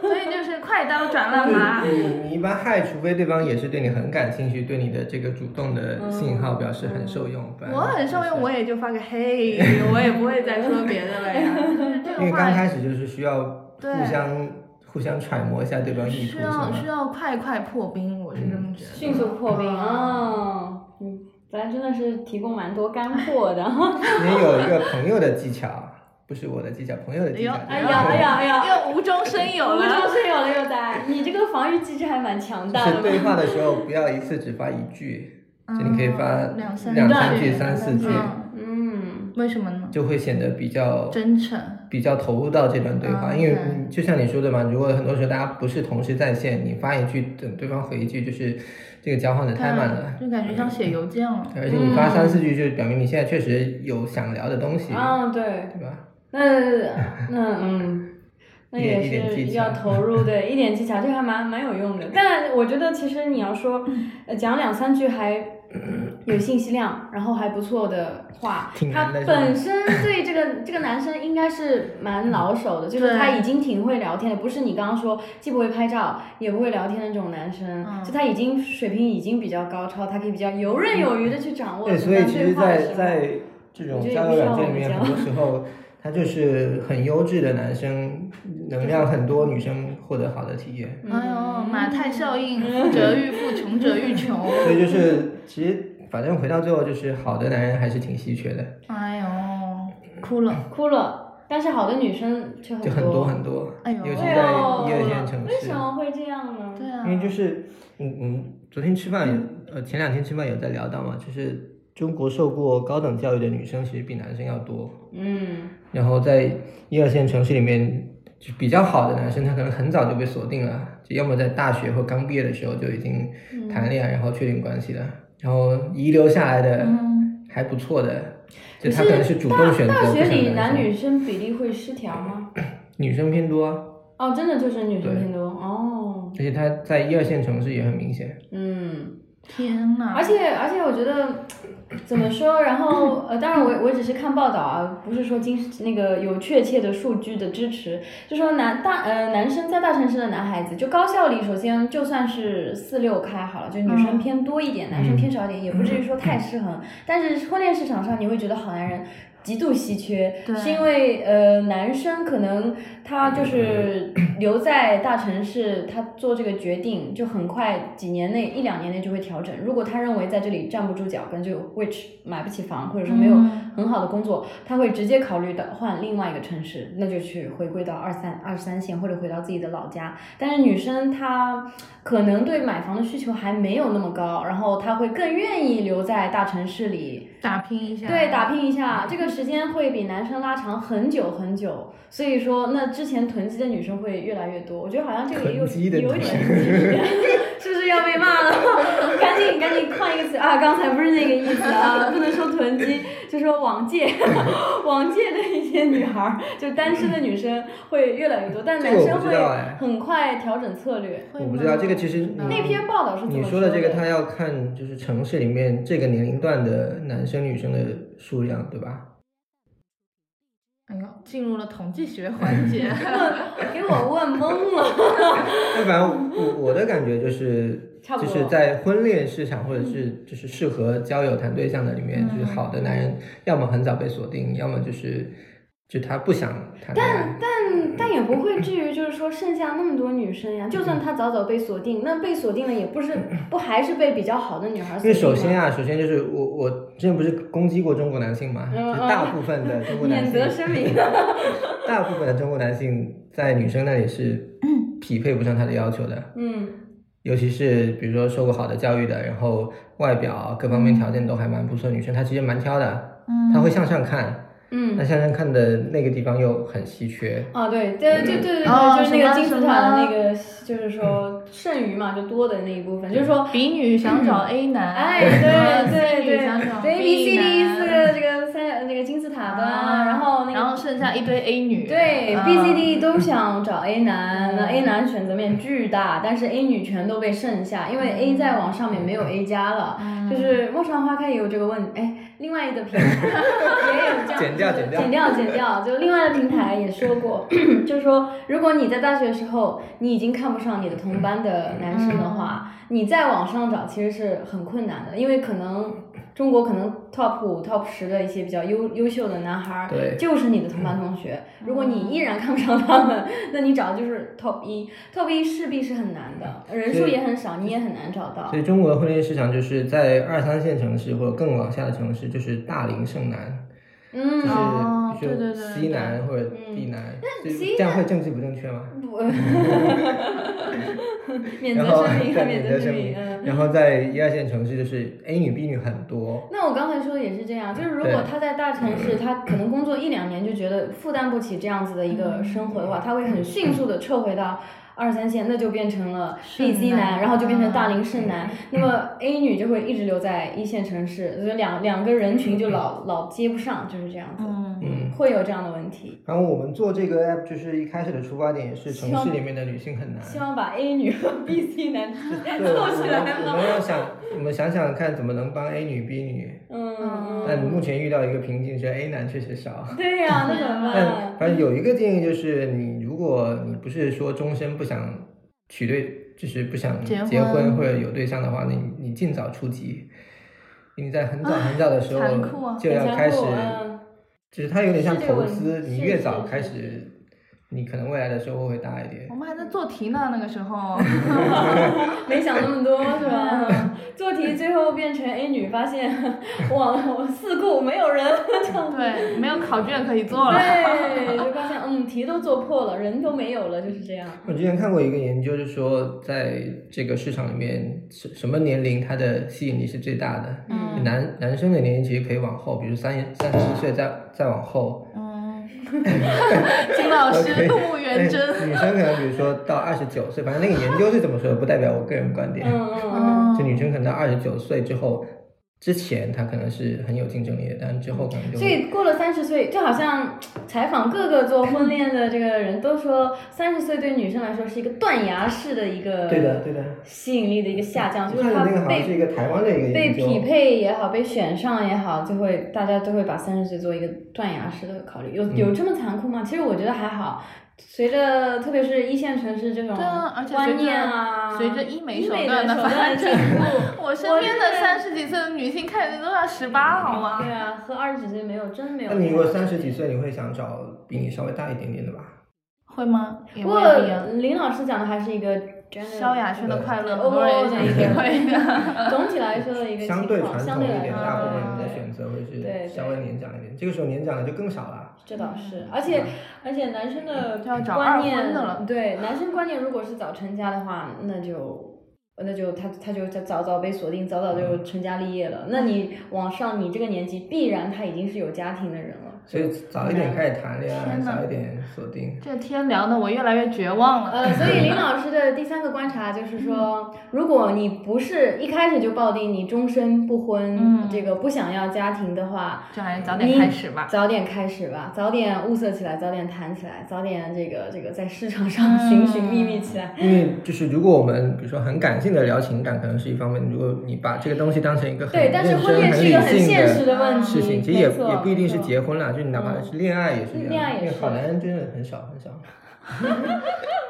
Speaker 2: 所以就是快刀斩乱麻。
Speaker 3: 你嗯你一般嗨，除非对方也是对你很感兴趣，对你的这个主动
Speaker 1: 嗯
Speaker 3: 的信号表示很受用。不 然
Speaker 2: 我很受用，我也就发个 嘿，我也不会再说别的了呀。就是这
Speaker 3: 因为
Speaker 2: 个
Speaker 3: 刚
Speaker 2: 话
Speaker 3: 开始就是需要
Speaker 2: 对
Speaker 3: 互相互相揣摩一下对方意图，
Speaker 2: 需
Speaker 3: 是
Speaker 2: 要需
Speaker 3: 吗？
Speaker 2: 要快快破冰，我是这么觉得。
Speaker 1: 迅速破冰
Speaker 2: 嗯
Speaker 1: 哦，嗯，咱真的是提供蛮多干货 的。
Speaker 3: 你有一个朋友的技巧，啊不是我的技巧，朋友的技巧。
Speaker 1: 哎呀哎呀哎呀！
Speaker 2: 又无中生有
Speaker 1: 无
Speaker 2: 了
Speaker 1: 中。生有了又在，你这个防御机制还蛮强大的
Speaker 3: 就是对
Speaker 1: 嘛。
Speaker 3: 话的时候不要一次只发一句，
Speaker 2: 嗯
Speaker 3: 就你可以发
Speaker 2: 两三
Speaker 3: 两
Speaker 1: 三
Speaker 3: 句
Speaker 2: 句
Speaker 3: 三四句，
Speaker 2: 嗯
Speaker 1: 嗯，
Speaker 2: 为什么呢？
Speaker 3: 就会显得比较
Speaker 2: 真诚，
Speaker 3: 比较投入到这段对话，
Speaker 2: 嗯
Speaker 3: 因为
Speaker 2: 对
Speaker 3: 你就像你说的嘛，如果很多时候大家不是同时在线，你发一句等对方回一句，就是这个交换的太慢了。
Speaker 2: 就感觉像写邮件了。
Speaker 3: 而且你
Speaker 2: 嗯
Speaker 3: 发三四句，就表明你现在确实有想聊的东西，
Speaker 2: 嗯
Speaker 1: 啊对，
Speaker 3: 对吧？
Speaker 1: 那那 嗯，那
Speaker 3: 一点一
Speaker 1: 也
Speaker 3: 点
Speaker 1: 是
Speaker 3: 技巧
Speaker 1: 要投入，对， 一点技巧，这个还蛮蛮有用的。但我觉得其实你要说，呃，讲两三句还有信息量，然后还不错的话
Speaker 3: 挺，
Speaker 1: 他
Speaker 3: 难的是吧
Speaker 1: 本身对这个这个男生应该是蛮老手的，就是
Speaker 2: 对
Speaker 1: 他已经挺会聊天的，不是你刚刚说既不会拍照也不会聊天的那种男生，
Speaker 2: 嗯
Speaker 1: 就他已经水平已经比较高超，他可以比较游刃有余的去掌握
Speaker 3: 嗯对，
Speaker 1: 跟
Speaker 3: 所以
Speaker 1: 他
Speaker 3: 其实
Speaker 1: 对话的时
Speaker 3: 在，在
Speaker 1: 候。
Speaker 3: 这种
Speaker 1: 我觉得
Speaker 3: 交
Speaker 1: 也不
Speaker 3: 友
Speaker 1: 需
Speaker 3: 软
Speaker 1: 要
Speaker 3: 件里
Speaker 1: 我们
Speaker 3: 面，
Speaker 1: 教
Speaker 3: 很多时候他就是很优质的男生，能让很多女生获得好的体验。
Speaker 1: 嗯
Speaker 2: 哎呦，马太效应，富者愈富，穷者愈穷。
Speaker 3: 所以就是，其实反正回到最后，就是好的男人还是挺稀缺的，
Speaker 2: 哎呦，哭了。
Speaker 1: 哭了，但是好的女生却很
Speaker 3: 就
Speaker 1: 多
Speaker 3: 很多很多，
Speaker 2: 哎呦
Speaker 3: 尤其
Speaker 1: 哎
Speaker 3: 在
Speaker 1: 呦
Speaker 3: 一二线城
Speaker 1: 为
Speaker 3: 市
Speaker 1: 什，么会这样呢？
Speaker 2: 对啊
Speaker 3: 因，为就是，嗯嗯，昨天吃饭有，呃，前两天吃饭有在聊到嘛，就是中国受过高等教育的女生其实比男生要多，
Speaker 1: 嗯，
Speaker 3: 然后在一二线城市里面，就比较好的男生，他可能很早就被锁定了，就要么在大学或刚毕业的时候就已经
Speaker 1: 嗯
Speaker 3: 谈恋爱，然后确定关系了，然后遗留下来的
Speaker 2: 嗯
Speaker 3: 还不错的，
Speaker 1: 可
Speaker 3: 就他可能是主动选择，
Speaker 1: 大大学
Speaker 3: 不
Speaker 1: 里男
Speaker 3: 选男生
Speaker 1: 女生比例会失调吗？
Speaker 3: 女生偏多啊，
Speaker 1: 哦，真的就是女生偏多哦，
Speaker 3: 而且他在一二线城市也很明显。
Speaker 1: 嗯，
Speaker 2: 天哪！
Speaker 1: 而且而且我觉得。怎么说？然后呃，当然我我只是看报道啊，不是说经那个有确切的数据的支持，就说男大呃男生在大城市的男孩子，就高校里首先就算是四六开好了，就女生
Speaker 2: 嗯
Speaker 1: 偏多一点，男生偏少一点，也不至于说太失衡。但是婚恋市场上，你会觉得好男人极度稀缺，
Speaker 2: 对
Speaker 1: 是因为呃，男生可能他就是留在大城市，他做这个决定就很快，几年内一两年内就会调整。如果他认为在这里站不住脚，跟就 which 买不起房，或者说没有
Speaker 2: 嗯
Speaker 1: 很好的工作，他会直接考虑的换另外一个城市，那就去回归到二三二三线或者回到自己的老家。但是女生她可能对买房的需求还没有那么高，然后她会更愿意留在大城市里。
Speaker 2: 打拼一下，
Speaker 1: 对，打拼一下，这个时间会比男生拉长很久很久，所以说那之前囤积的女生会越来越多。我觉得好像这个也有
Speaker 3: 囤积的
Speaker 1: 有一
Speaker 3: 女
Speaker 1: 点
Speaker 3: 生，
Speaker 1: 是不是要被骂了？ 赶紧赶紧换一个词啊！刚才不是那个意思啊，不能说囤积，就说往届， 往届的一些女孩儿，就单身的女生会越来越多，但
Speaker 3: 这
Speaker 1: 男
Speaker 3: 个我
Speaker 1: 生
Speaker 3: 不
Speaker 1: 会
Speaker 3: 知道哎
Speaker 1: 很快调整策略。
Speaker 2: 会
Speaker 3: 我不
Speaker 2: 吗
Speaker 3: 知道这个其实
Speaker 2: 不知道
Speaker 1: 那篇报道是怎么
Speaker 3: 你
Speaker 1: 说
Speaker 3: 说的 这个，它要看就是城市里面这个年龄段的男生女生的数量，对吧？
Speaker 2: 哎呦，进入了统计学环 节，
Speaker 1: 给我问懵了。
Speaker 3: 那反正我我的感觉就是，
Speaker 1: 差不
Speaker 3: 就
Speaker 1: 多
Speaker 3: 是在婚恋市场或者是就是适合交友谈对象的里面，就是
Speaker 1: 嗯
Speaker 3: 好的男人，要么很早被锁定，要么就是就他不想谈恋爱。
Speaker 1: 但但也不会至于就是说剩下那么多女生呀，就算她早早被锁定，那被锁定了也不是不还是被比较好的女孩锁
Speaker 3: 因
Speaker 1: 定
Speaker 3: 为
Speaker 1: 吗？
Speaker 3: 首先啊，首先就是我我之前不是攻击过中国男性嘛，
Speaker 1: 嗯
Speaker 3: 就是
Speaker 1: 嗯
Speaker 3: 大部分的中国男
Speaker 1: 免责
Speaker 3: 性，
Speaker 1: 声 明。
Speaker 3: 大部分的中国男性在女生那里是匹配不上他的要求的，
Speaker 1: 嗯
Speaker 3: 尤其是比如说受过好的教育的，然后外表啊各
Speaker 1: 嗯
Speaker 3: 方面条件都还蛮不错的女生，她其实蛮挑的，
Speaker 2: 嗯
Speaker 3: 她会向上看，那
Speaker 1: 嗯。
Speaker 3: 向上看的那个地方又很稀缺，
Speaker 1: 啊，对，对对对对对，
Speaker 2: 哦
Speaker 1: 就是那个
Speaker 2: 什么
Speaker 1: 金字
Speaker 2: 什么
Speaker 1: 塔的那个，就是说剩余嘛，就多的那一部分，就是说，
Speaker 2: B 女想找 A 男，
Speaker 1: 哎，
Speaker 2: 然后
Speaker 1: 对对
Speaker 2: C 女
Speaker 1: 对
Speaker 2: 想找
Speaker 1: 对，A B C D 四
Speaker 2: 男
Speaker 1: 个这个三这个金字塔的，
Speaker 2: 啊
Speaker 1: 然后那个
Speaker 2: 然后剩下一堆 A 女，
Speaker 1: 对
Speaker 2: 啊
Speaker 1: ，B、C、D 都想找 A 男，那
Speaker 2: 嗯
Speaker 1: A 男选择面巨大，但是 A 女全都被剩下，因
Speaker 2: 嗯
Speaker 1: 为 A 再往上面没有 A 加了。就是《陌上花开》也有这个问，哎，另外一个平 台也有这样，
Speaker 3: 剪掉剪掉
Speaker 1: 剪掉，剪掉，就另外的平台也说过， 就是说，如果你在大学的时候你已经看不上你的同班的男生的
Speaker 2: 嗯
Speaker 1: 话，你再往上找其实是很困难的，因为可能中国可能 top 五、top 十的一些比较优优秀的男孩儿，
Speaker 3: 对嗯
Speaker 1: 就是你的同班同学。如果你依然看不上他们，那你找的就是 top 一，top 一势必是很难的，人数
Speaker 3: 对
Speaker 1: 也很少，你也很难找到
Speaker 3: 所。以中国的婚恋市场就是在二三线城市或者更往下的城市，就是大龄剩男，
Speaker 1: 嗯
Speaker 3: 就，是
Speaker 2: 哦
Speaker 3: 就
Speaker 2: 对对
Speaker 3: 是
Speaker 2: 对
Speaker 3: 西南或者
Speaker 1: 嗯
Speaker 3: 地南，
Speaker 1: 那
Speaker 3: 就是
Speaker 1: C
Speaker 3: 这样会政治不正确吗？
Speaker 1: 不，免
Speaker 3: 然
Speaker 1: 责
Speaker 3: 后
Speaker 1: 声明，啊
Speaker 3: 对
Speaker 1: 免
Speaker 3: 免
Speaker 1: 责
Speaker 3: 责
Speaker 1: 声
Speaker 3: 声
Speaker 1: 明，
Speaker 3: 明
Speaker 1: 嗯。
Speaker 3: 然后在一二线城市，就是 A 女 B 女很多，
Speaker 1: 那我刚才说的也是这样，就是如
Speaker 3: 对
Speaker 1: 果他在大城市，他可能工作一两年就觉得负担不起这样子的一个生活的话，他会很迅速的撤回到二三线，那就变成了 B、C
Speaker 2: 剩男
Speaker 1: 男，然后就变成大龄剩男。那么 A 女就会一直留在一线城市，所以两两个人群就老老接不上，就是这样子，
Speaker 2: 嗯
Speaker 3: 嗯。
Speaker 1: 会有这样的问题。
Speaker 3: 然后我们做这个 app 就是一开始的出发点也是城市里面的女性很难，
Speaker 1: 希望把 A 女和 B、C 男
Speaker 3: 对，我
Speaker 1: 凑起来
Speaker 3: 们我
Speaker 1: 吧。
Speaker 3: 们要想，我们想想看怎么能帮 A 女 B 女。
Speaker 1: 嗯，嗯
Speaker 3: 但哎目前遇到一个瓶颈是 A 男确实少，
Speaker 1: 对呀、那怎么办
Speaker 3: 但？嗯反正有一个建议就是，你如果你不是说终身不想娶对，就是不想
Speaker 2: 结婚
Speaker 3: 结婚或者有对象的话，那你你尽早出击。你在很早很早的时候
Speaker 2: 残酷啊
Speaker 3: 就要开始
Speaker 1: 很残酷嗯
Speaker 3: 就是它有点像
Speaker 1: 是这个
Speaker 3: 投
Speaker 1: 问题
Speaker 3: 资，你
Speaker 1: 是
Speaker 3: 越
Speaker 1: 是
Speaker 3: 早
Speaker 1: 是
Speaker 3: 开始，你可能未来的收获会大一点
Speaker 2: 我。们还在做题呢，那个时 候，
Speaker 1: 没想那么多是
Speaker 2: 嗯
Speaker 1: 吧？做题最后变成 A 女，发现哇，我四顾没有人这样子。
Speaker 2: 对，没有考卷可以做了。
Speaker 1: 对，就发现嗯，题都做破了，人都没有了，就是这样。
Speaker 3: 我之前看过一个研究，就是说在这个市场里面，什什么年龄它的吸引力是最大的？
Speaker 2: 嗯
Speaker 3: 男男生的年龄其实可以往后，比如三三十岁再再往后。
Speaker 2: 嗯， 金老师
Speaker 3: OK
Speaker 2: 动物园真。
Speaker 3: 哎女生可能比如说到二十九岁，反正那个研究是怎么说的，不代表我个人观点。
Speaker 1: 嗯嗯
Speaker 2: 嗯
Speaker 3: 就女生可能到二十九岁之后，之前她可能是很有竞争力的，但之后可能
Speaker 1: 嗯。
Speaker 3: 就
Speaker 1: 所以过了三十岁，就好像采访各个做婚恋的这个人都说，三十岁对女生来说是一个断崖式的一个
Speaker 3: 对的对的。
Speaker 1: 吸引力的一个下降，就
Speaker 3: 看
Speaker 1: 是
Speaker 3: 的
Speaker 1: 她
Speaker 3: 那个好像
Speaker 1: 被
Speaker 3: 是一个台湾的一个
Speaker 1: 被
Speaker 3: 研究，
Speaker 1: 匹配也好，被选上也好，就
Speaker 3: 嗯
Speaker 1: 会大家都会把三十岁做一个断崖式的考虑。有有这么残酷吗？其实我觉得还好，随着特别是一线城市这种
Speaker 2: 对啊而且随着
Speaker 1: 观念啊，
Speaker 2: 随着医美
Speaker 1: 医
Speaker 2: 手
Speaker 1: 美
Speaker 2: 段
Speaker 1: 的
Speaker 2: 的
Speaker 1: 手
Speaker 2: 发
Speaker 1: 段的进步，
Speaker 2: 我身边
Speaker 1: 觉
Speaker 2: 的
Speaker 1: 得
Speaker 2: 三十几岁的女性看着都要 十八，好吗？
Speaker 1: 对啊，和二十几岁没有真没有。
Speaker 3: 那你如果三十几，岁，你会想找比你稍微大一点点的吧？
Speaker 2: 会吗？也
Speaker 1: 不
Speaker 2: 未
Speaker 1: 过
Speaker 2: 必啊。
Speaker 1: 林老师讲的还是一个 general-
Speaker 2: 萧亚轩的快乐，
Speaker 1: 对
Speaker 2: 很多人也
Speaker 1: 哦
Speaker 2: 想体会的。 嗯
Speaker 1: 总体来说的一个情况
Speaker 3: 相对传
Speaker 1: 相
Speaker 3: 统
Speaker 1: 对
Speaker 3: 一
Speaker 1: 来
Speaker 3: 点，
Speaker 1: 说
Speaker 3: 大部
Speaker 1: 对
Speaker 3: 分人的
Speaker 1: 对
Speaker 3: 选择会
Speaker 1: 对
Speaker 3: 是稍微年长一点。这个时候年长的就更少了。
Speaker 1: 这倒是，而且而且男生的
Speaker 2: 就嗯要找
Speaker 1: 观
Speaker 2: 二
Speaker 1: 念
Speaker 2: 婚的了
Speaker 1: 对男生观念，如果是早成家的话，那就那就他他就早早被锁定，早早就成家立业了。那你往上，你这个年纪必然他已经是有家庭的人了。
Speaker 3: 所以早一点开始谈恋爱，
Speaker 2: 天哪
Speaker 3: 早一点锁定，
Speaker 2: 这天聊的我越来越绝望了。
Speaker 1: 呃，所以林老师的第三个观察就是
Speaker 2: 嗯
Speaker 1: 说，如果你不是一开始就抱定你终身不婚，
Speaker 2: 嗯
Speaker 1: 这个不想要家庭的话，
Speaker 2: 就还是早点开始吧。
Speaker 1: 早点开始吧，早点物色起来，早点谈起来，早点这个这个在市场上
Speaker 2: 嗯
Speaker 1: 寻寻觅觅起来。
Speaker 3: 因为就是如果我们比如说很感性的聊情感，可能是一方面；如果你把这个东西当成一个 很
Speaker 1: 对，但是
Speaker 3: 认
Speaker 1: 婚
Speaker 3: 真、
Speaker 1: 恋
Speaker 3: 很
Speaker 1: 是一
Speaker 3: 理
Speaker 1: 个很
Speaker 3: 性
Speaker 1: 现实
Speaker 3: 的
Speaker 1: 的问题，
Speaker 3: 事情，其实也
Speaker 1: 没错
Speaker 3: 也不一定是
Speaker 1: 没错
Speaker 3: 结婚啦，就是哪怕
Speaker 1: 嗯
Speaker 3: 是恋爱也是这样。
Speaker 1: 恋爱也
Speaker 3: 因为
Speaker 1: 是
Speaker 3: 好男人真的很少很少。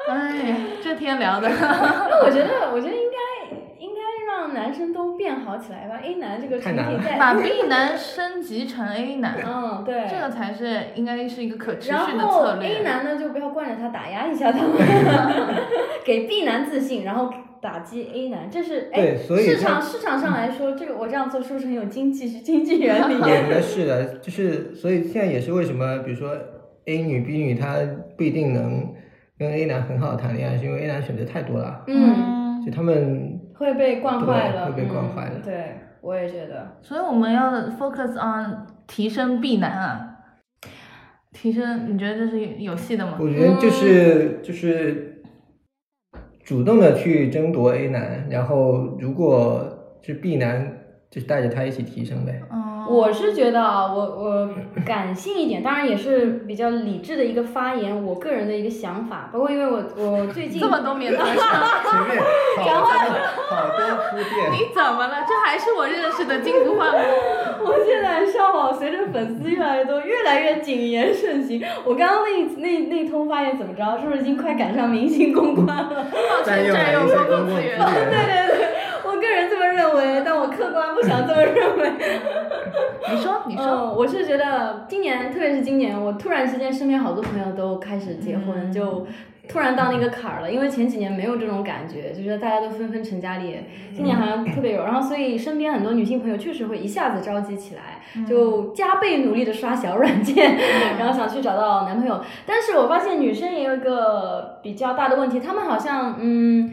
Speaker 2: 哎，这天聊的，
Speaker 1: 那我觉得，我觉得应该应该让男生都变好起来吧。A 男这个群
Speaker 3: 太难
Speaker 1: 体
Speaker 3: 了
Speaker 1: 在，
Speaker 2: 把 B 男升级成 A 男，
Speaker 1: 嗯，对。
Speaker 2: 这个才是应该是一个可持续
Speaker 1: 然
Speaker 2: 的
Speaker 1: 后
Speaker 2: 策
Speaker 1: A
Speaker 2: 略。
Speaker 1: 男呢，就不要惯着他，打压一下他们， 给 B 男自信，然后打击 A 男，这是哎
Speaker 3: 对，所以
Speaker 1: 市
Speaker 3: 他
Speaker 1: 场市场上来说，这个我这样做是不是很有经济经济原 理？
Speaker 3: 我觉得是的，就是所以现在也是为什么，比如说 A 女、B 女，她不一定能跟 A 男很好地谈恋爱，是因为 A 男选择太多了，
Speaker 1: 嗯，，
Speaker 3: 就他们
Speaker 1: 会被惯坏
Speaker 3: 对
Speaker 1: 了，
Speaker 3: 会被惯坏了
Speaker 1: 嗯。对，我也觉得。
Speaker 2: 所以我们要 focus on 提升 B 男啊，提升，你觉得这是有戏的吗？
Speaker 3: 我觉得就是、就是主动的去争夺 A 男，然后如果是 B 男，就是带着他一起提升呗。
Speaker 2: 嗯，
Speaker 1: 我是觉得啊，我我感性一点，当然也是比较理智的一个发言，我个人的一个想法。包括因为我我最近
Speaker 2: 这么多 免责声，
Speaker 3: 前面好多好多铺垫，
Speaker 2: 你怎么了？这还是我认识的金不换吗？
Speaker 1: 我现在上网，随着粉丝越来越多，越来越谨言慎行。我刚刚那那那通发言怎么着？是不是已经快赶上明星公关了？
Speaker 3: 占用了一些公共资
Speaker 1: 对
Speaker 3: 源。
Speaker 1: 对对，我个人这么认为，但我客观不想这么认为。
Speaker 2: 你说，你说，
Speaker 1: 嗯，我是觉得今年，特别是今年，我突然之间身边好多朋友都开始结婚，
Speaker 2: 嗯
Speaker 1: 就突然到那个坎儿了。因为前几年没有这种感觉，就是大家都纷纷成家立业，今年好像特别有。然后，所以身边很多女性朋友确实会一下子着急起来，
Speaker 2: 嗯
Speaker 1: 就加倍努力的刷小软件， 然后想去找到男朋友。但是我发现女生也有一个比较大的问题，她们好像嗯。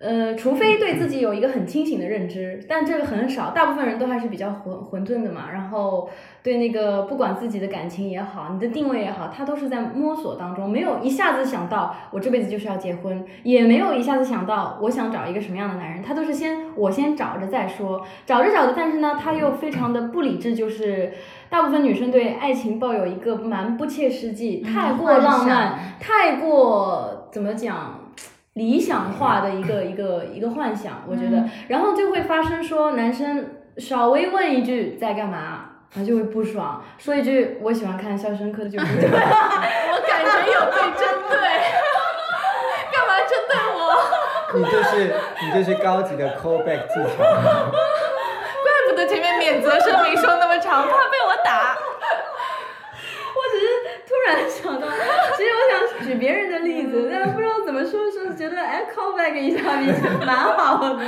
Speaker 1: 呃，除非对自己有一个很清醒的认知，但这个很少，大部分人都还是比较混混沌的嘛。然后对那个不管自己的感情也好，你的定位也好，他都是在摸索当中，没有一下子想到我这辈子就是要结婚，也没有一下子想到我想找一个什么样的男人，他都是先我先找着再说，找着找着，但是呢，他又非常的不理智，就是大部分女生对爱情抱有一个蛮不切实际、太过浪漫、太过怎么讲？理想化的一个一个一个幻想，我觉得，然后就会发生说男生稍微问一句在干嘛，他就会不爽；说一句我喜欢看《肖申克的救赎》，就
Speaker 2: 我感觉有被针对， 干嘛针对我？
Speaker 3: 你就是你就是高级的 callback 技巧。
Speaker 2: 怪不得前面免责声明说那么长，怕被我打。
Speaker 1: 我只是突然想到，其实我想举别人的例
Speaker 2: 嗯
Speaker 1: 子，但是不知道怎么说，是觉得哎 callback 一下比较蛮 好的。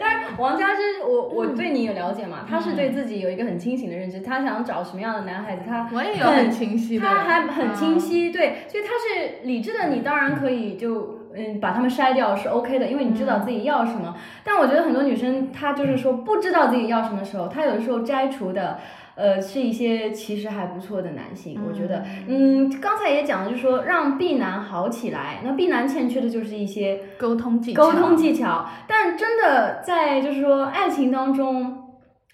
Speaker 1: 但是王佳芝，我我
Speaker 2: 嗯
Speaker 1: 对你有了解嘛？她是对自己有一个很清醒的认知，她想找什么样的男孩子，她
Speaker 2: 我也有很清晰的，嗯
Speaker 1: 他还很清晰，对，所以他是理智的，你当然可以就嗯把他们筛掉是 OK 的，因为你知道自己要什么。
Speaker 2: 嗯
Speaker 1: 但我觉得很多女生她就是说不知道自己要什么的时候，她有的时候摘除的。呃，是一些其实还不错的男性，我觉得，嗯，刚才也讲了，就是说让 B 男好起来，那 B 男欠缺的就是一些
Speaker 2: 嗯沟通技巧，
Speaker 1: 沟通技巧，但真的在就是说爱情当中。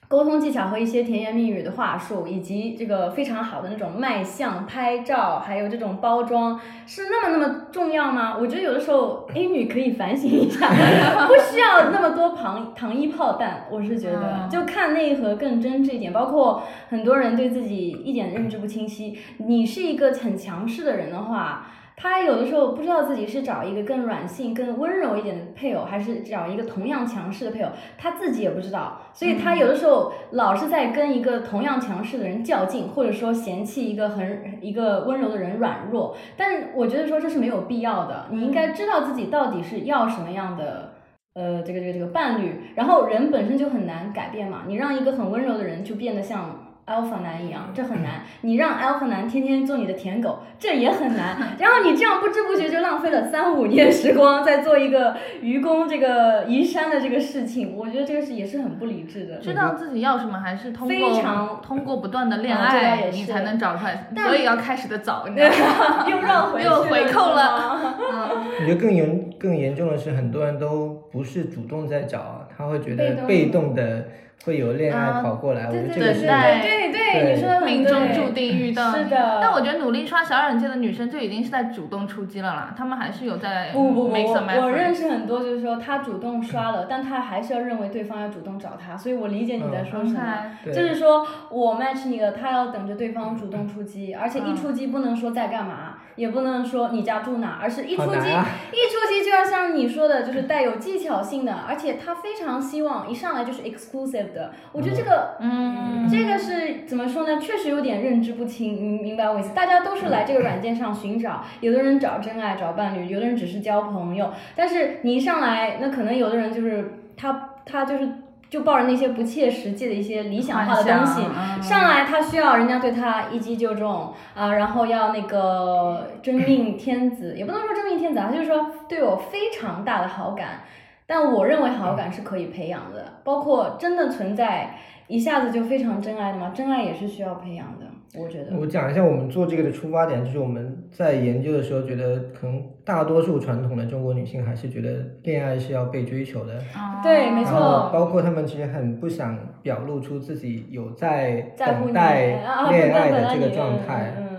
Speaker 1: 沟通技巧和一些甜言蜜语的话术，以及这个非常好的那种卖相、拍照，还有这种包装，是那么那么重要吗？我觉得有的时候 A 女可以反省一下， 不需要那么多糖糖衣炮弹。我是觉得，
Speaker 2: 嗯
Speaker 1: 就看内核更真挚一点。包括很多人对自己一点认知不清晰，你是一个很强势的人的话，他有的时候不知道自己是找一个更软性、更温柔一点的配偶，还是找一个同样强势的配偶，他自己也不知道，所以他有的时候老是在跟一个同样强势的人较劲，或者说嫌弃一个很一个温柔的人软弱。但我觉得说这是没有必要的，你应该知道自己到底是要什么样的。呃，这个这个这个伴侣，然后人本身就很难改变嘛。你让一个很温柔的人就变得像 alpha 男一样，这很 难。你让 alpha 男天天做你的舔狗，这也很难。然后你这样不知不觉就浪费了三五年时光在做一个愚公这个移山的这个事情，我觉得这个是也是很不理智的。
Speaker 2: 知道自己要什么，还是通
Speaker 1: 非
Speaker 2: 过
Speaker 1: 常
Speaker 2: 通过不断的恋
Speaker 1: 嗯这倒
Speaker 2: 爱，
Speaker 1: 也
Speaker 2: 你
Speaker 1: 是
Speaker 2: 才能找出来，
Speaker 1: 但
Speaker 2: 所以要开始的早，你知道吗？
Speaker 1: 又绕回去
Speaker 2: 又回扣了
Speaker 1: 是吗。嗯
Speaker 3: 我觉得更严更严重的是，很多人都不是主动在找，他会觉
Speaker 1: 被
Speaker 3: 得
Speaker 1: 动
Speaker 3: 被动的会有恋
Speaker 2: 啊
Speaker 3: 爱跑过来。我觉
Speaker 1: 对对
Speaker 3: 得这个
Speaker 1: 对
Speaker 3: 是
Speaker 1: 对
Speaker 2: 待
Speaker 1: 对对，你说的很
Speaker 2: 命中注定遇到。
Speaker 1: 是的
Speaker 2: 但我觉得努力刷小软件的女生就已经是在主动出击了啦，她们还是有在
Speaker 1: 不不不，
Speaker 2: 呃 make
Speaker 1: 我
Speaker 2: some
Speaker 1: 我
Speaker 2: effort
Speaker 1: 认识很多，就是说他主动刷了，但他还是要认为对方要主动找他，所以我理解你在说什么。
Speaker 2: OK，
Speaker 3: 嗯对
Speaker 1: 就是说我 match 你了，他要等着对方主动出击，而且
Speaker 2: 嗯
Speaker 1: 一出击不能说在干嘛，也不能说你家住哪，而是一出
Speaker 3: 好
Speaker 1: 击、
Speaker 3: 难啊
Speaker 1: 一出击就要像你说的，就是带有技巧性的，而且他非常希望一上来就是 exclusive 的。我觉得这个，
Speaker 2: 嗯，
Speaker 1: 这个是怎么说呢？确实有点认知不清，你明白我意思？大家都是来这个软件上寻找，有的人找真爱、找伴侣，有的人只是交朋友。但是你一上来，那可能有的人就是他，他就是就抱着那些不切实际的一些理想化的东西。
Speaker 2: 幻想嗯
Speaker 1: 上来他需要人家对他一击就中啊，然后要那个真命天子，也不能说真命天子啊，就是说对我非常大的好感。但我认为好
Speaker 3: 嗯
Speaker 1: 感是可以培养的，包括真的存在一下子就非常真爱的嘛，真爱也是需要培养的，我觉得。
Speaker 3: 我讲一下我们做这个的出发点，就是我们在研究的时候觉得，可能大多数传统的中国女性还是觉得恋爱是要被追求的，
Speaker 2: 嗯
Speaker 1: 对没
Speaker 3: 然
Speaker 1: 错
Speaker 3: 后包括她们其实很不想表露出自己有在
Speaker 1: 在乎
Speaker 3: 等
Speaker 1: 你
Speaker 3: 待
Speaker 1: 啊，
Speaker 3: 恋爱
Speaker 1: 不等
Speaker 3: 的
Speaker 1: 待
Speaker 3: 这
Speaker 1: 你
Speaker 3: 个状态。
Speaker 1: 嗯嗯嗯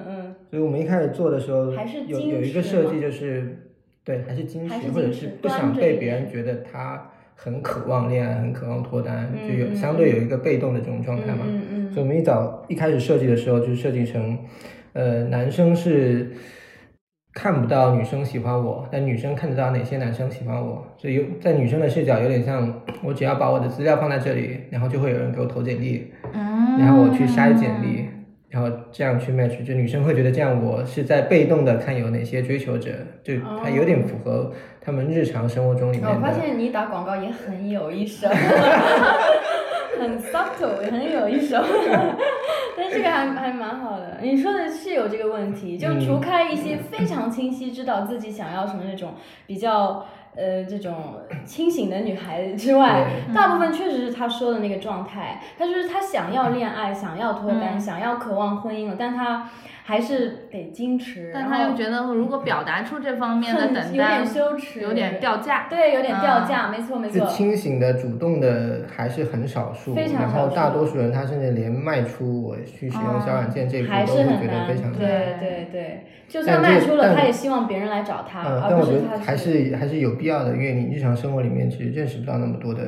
Speaker 3: 所以我们一开始做的时候，
Speaker 1: 还是
Speaker 3: 有
Speaker 1: 矜
Speaker 3: 有一个
Speaker 1: 持
Speaker 3: 设
Speaker 1: 吗
Speaker 3: 计就是，对，还是矜
Speaker 1: 还是
Speaker 3: 持，或者
Speaker 1: 矜
Speaker 3: 是
Speaker 1: 持
Speaker 3: 不想
Speaker 1: 端着一
Speaker 3: 被别
Speaker 1: 点
Speaker 3: 人觉得他很渴望恋爱，很渴望脱单，就
Speaker 1: 嗯
Speaker 3: 有
Speaker 1: 嗯
Speaker 3: 相对有一个被动的这种状态
Speaker 1: 嗯
Speaker 3: 嘛。
Speaker 1: 嗯嗯
Speaker 3: 所以我们一早一开始设计的时候，就设计成，呃，男生是看不到女生喜欢我，但女生看得到哪些男生喜欢我。所以有在女生的视角，有点像我只要把我的资料放在这里，然后就会有人给我投简历，
Speaker 2: 嗯
Speaker 3: 然后我去筛简
Speaker 1: 嗯
Speaker 3: 历，然后这样去 match，就女生会觉得这样我是在被动的看有哪些追求者，就它有点符合他们日常生活中里面
Speaker 1: 哦我发
Speaker 3: 的。
Speaker 1: 现你打广告也很有一 手，很 subtle，很有一 手。但这个还还蛮好的，你说的是有这个问题，就
Speaker 3: 嗯
Speaker 1: 除开一些非常清晰知道自己想要什么那种比较呃这种清醒的女孩子之外，
Speaker 2: 嗯
Speaker 1: 大部分确实是她说的那个状态，她就是她想要恋爱，想要脱单，
Speaker 2: 嗯
Speaker 1: 想要渴望婚姻了，但她还是得矜持，
Speaker 2: 但
Speaker 1: 然
Speaker 2: 她
Speaker 1: 后
Speaker 2: 又觉得如果表达出这方面的
Speaker 1: 很
Speaker 2: 等
Speaker 1: 有
Speaker 2: 待
Speaker 1: 点，羞耻，
Speaker 2: 有点掉价。
Speaker 1: 对，有点掉
Speaker 2: 嗯
Speaker 1: 价，没错没
Speaker 3: 就
Speaker 1: 错。
Speaker 3: 清醒的、主动的还是很少数，
Speaker 1: 非常
Speaker 3: 然
Speaker 1: 少
Speaker 3: 后大
Speaker 1: 数哦
Speaker 3: 多数人他甚至连迈出我去使用小软件这一步
Speaker 1: 还
Speaker 3: 都
Speaker 1: 是
Speaker 3: 会
Speaker 1: 很
Speaker 3: 觉得
Speaker 1: 难，
Speaker 3: 非常难。
Speaker 1: 对对对，就算
Speaker 3: 但
Speaker 1: 卖
Speaker 3: 这
Speaker 1: 出了，
Speaker 3: 但
Speaker 1: 他也希望别人来找他，
Speaker 3: 嗯，
Speaker 1: 而
Speaker 3: 但
Speaker 1: 不
Speaker 3: 我觉
Speaker 1: 是
Speaker 3: 得
Speaker 1: 他
Speaker 3: 还是还是有必要的，因为你日常生活里面其实认识不到那么多的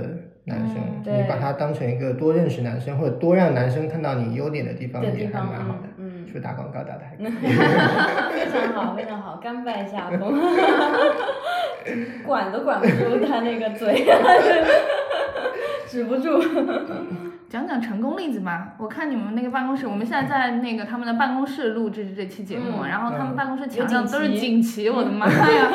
Speaker 3: 男生，
Speaker 1: 嗯
Speaker 3: 你把他当成一个多认识男生或者多让男生看到你优点的地方
Speaker 1: 的地
Speaker 3: 也还
Speaker 1: 方
Speaker 3: 蛮好的。，
Speaker 1: 嗯
Speaker 3: 就打广告打的还可以。
Speaker 1: 嗯，非常好非常好，甘拜下风， 管都管不住他那个嘴， 止不住，
Speaker 2: 讲讲成功例子吧。我看你们那个办公室，我们现在在那个他们的办公室录制这期节目，
Speaker 1: 嗯
Speaker 2: 然后他们
Speaker 3: 嗯
Speaker 2: 办公室
Speaker 1: 有
Speaker 2: 墙上
Speaker 1: 锦
Speaker 2: 都是
Speaker 1: 旗
Speaker 2: 锦旗，我的妈呀，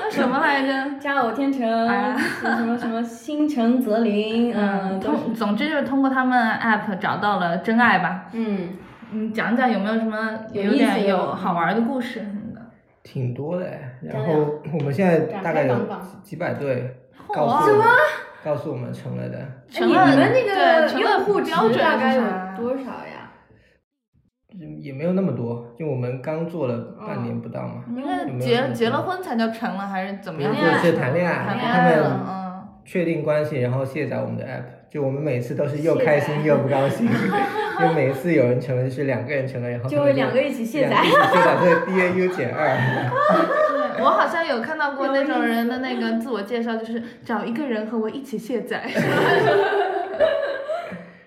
Speaker 2: 那什么来着？
Speaker 1: 佳偶天成，
Speaker 2: 哎
Speaker 1: 什么什么心诚则灵，嗯，都是
Speaker 2: 通总之就是通过他们 app 找到了真爱吧。
Speaker 1: 嗯，
Speaker 2: 嗯，讲讲有没有什么
Speaker 1: 有
Speaker 2: 有
Speaker 1: 意
Speaker 2: 点
Speaker 1: 思
Speaker 2: 有
Speaker 1: 有
Speaker 2: 好玩的故事什么的？
Speaker 3: 挺多的哎，然
Speaker 1: 真的
Speaker 3: 后我们现在
Speaker 1: 展开
Speaker 3: 大概有
Speaker 1: 讲讲
Speaker 3: 几百对
Speaker 2: 嚯
Speaker 3: 告诉我们告诉我们成了的，
Speaker 1: 哎
Speaker 2: 成
Speaker 1: 你
Speaker 2: 了
Speaker 1: 你们那个
Speaker 2: 对成了
Speaker 1: 用户
Speaker 2: 标准
Speaker 1: 值大概
Speaker 2: 是
Speaker 1: 有
Speaker 2: 啥
Speaker 1: 多少呀？
Speaker 3: 嗯也没有那么多，因为我们刚做了
Speaker 1: 哦
Speaker 3: 半年不到嘛。
Speaker 1: 嗯
Speaker 2: 应该
Speaker 3: 有没有什
Speaker 2: 结
Speaker 3: 么
Speaker 2: 结了婚才叫成了，还是怎么样？
Speaker 1: 没有就是
Speaker 3: 谈恋爱
Speaker 2: 谈恋
Speaker 1: 他
Speaker 2: 爱
Speaker 1: 们
Speaker 2: 了，嗯。
Speaker 3: 确定关系，然后卸载我
Speaker 1: 嗯
Speaker 3: 们的 app。就我们每次都是又
Speaker 1: 卸载
Speaker 3: 开心又不高 兴， 就每次有人成了就是两个人成了，然后他
Speaker 1: 就
Speaker 3: 们
Speaker 1: 会两个一起卸载
Speaker 3: 两个一起卸载这个 DAU 减二。
Speaker 2: 对，我好像有看到过那种人的那个自我介绍，就是找一个人和我一起卸载。
Speaker 1: 嗯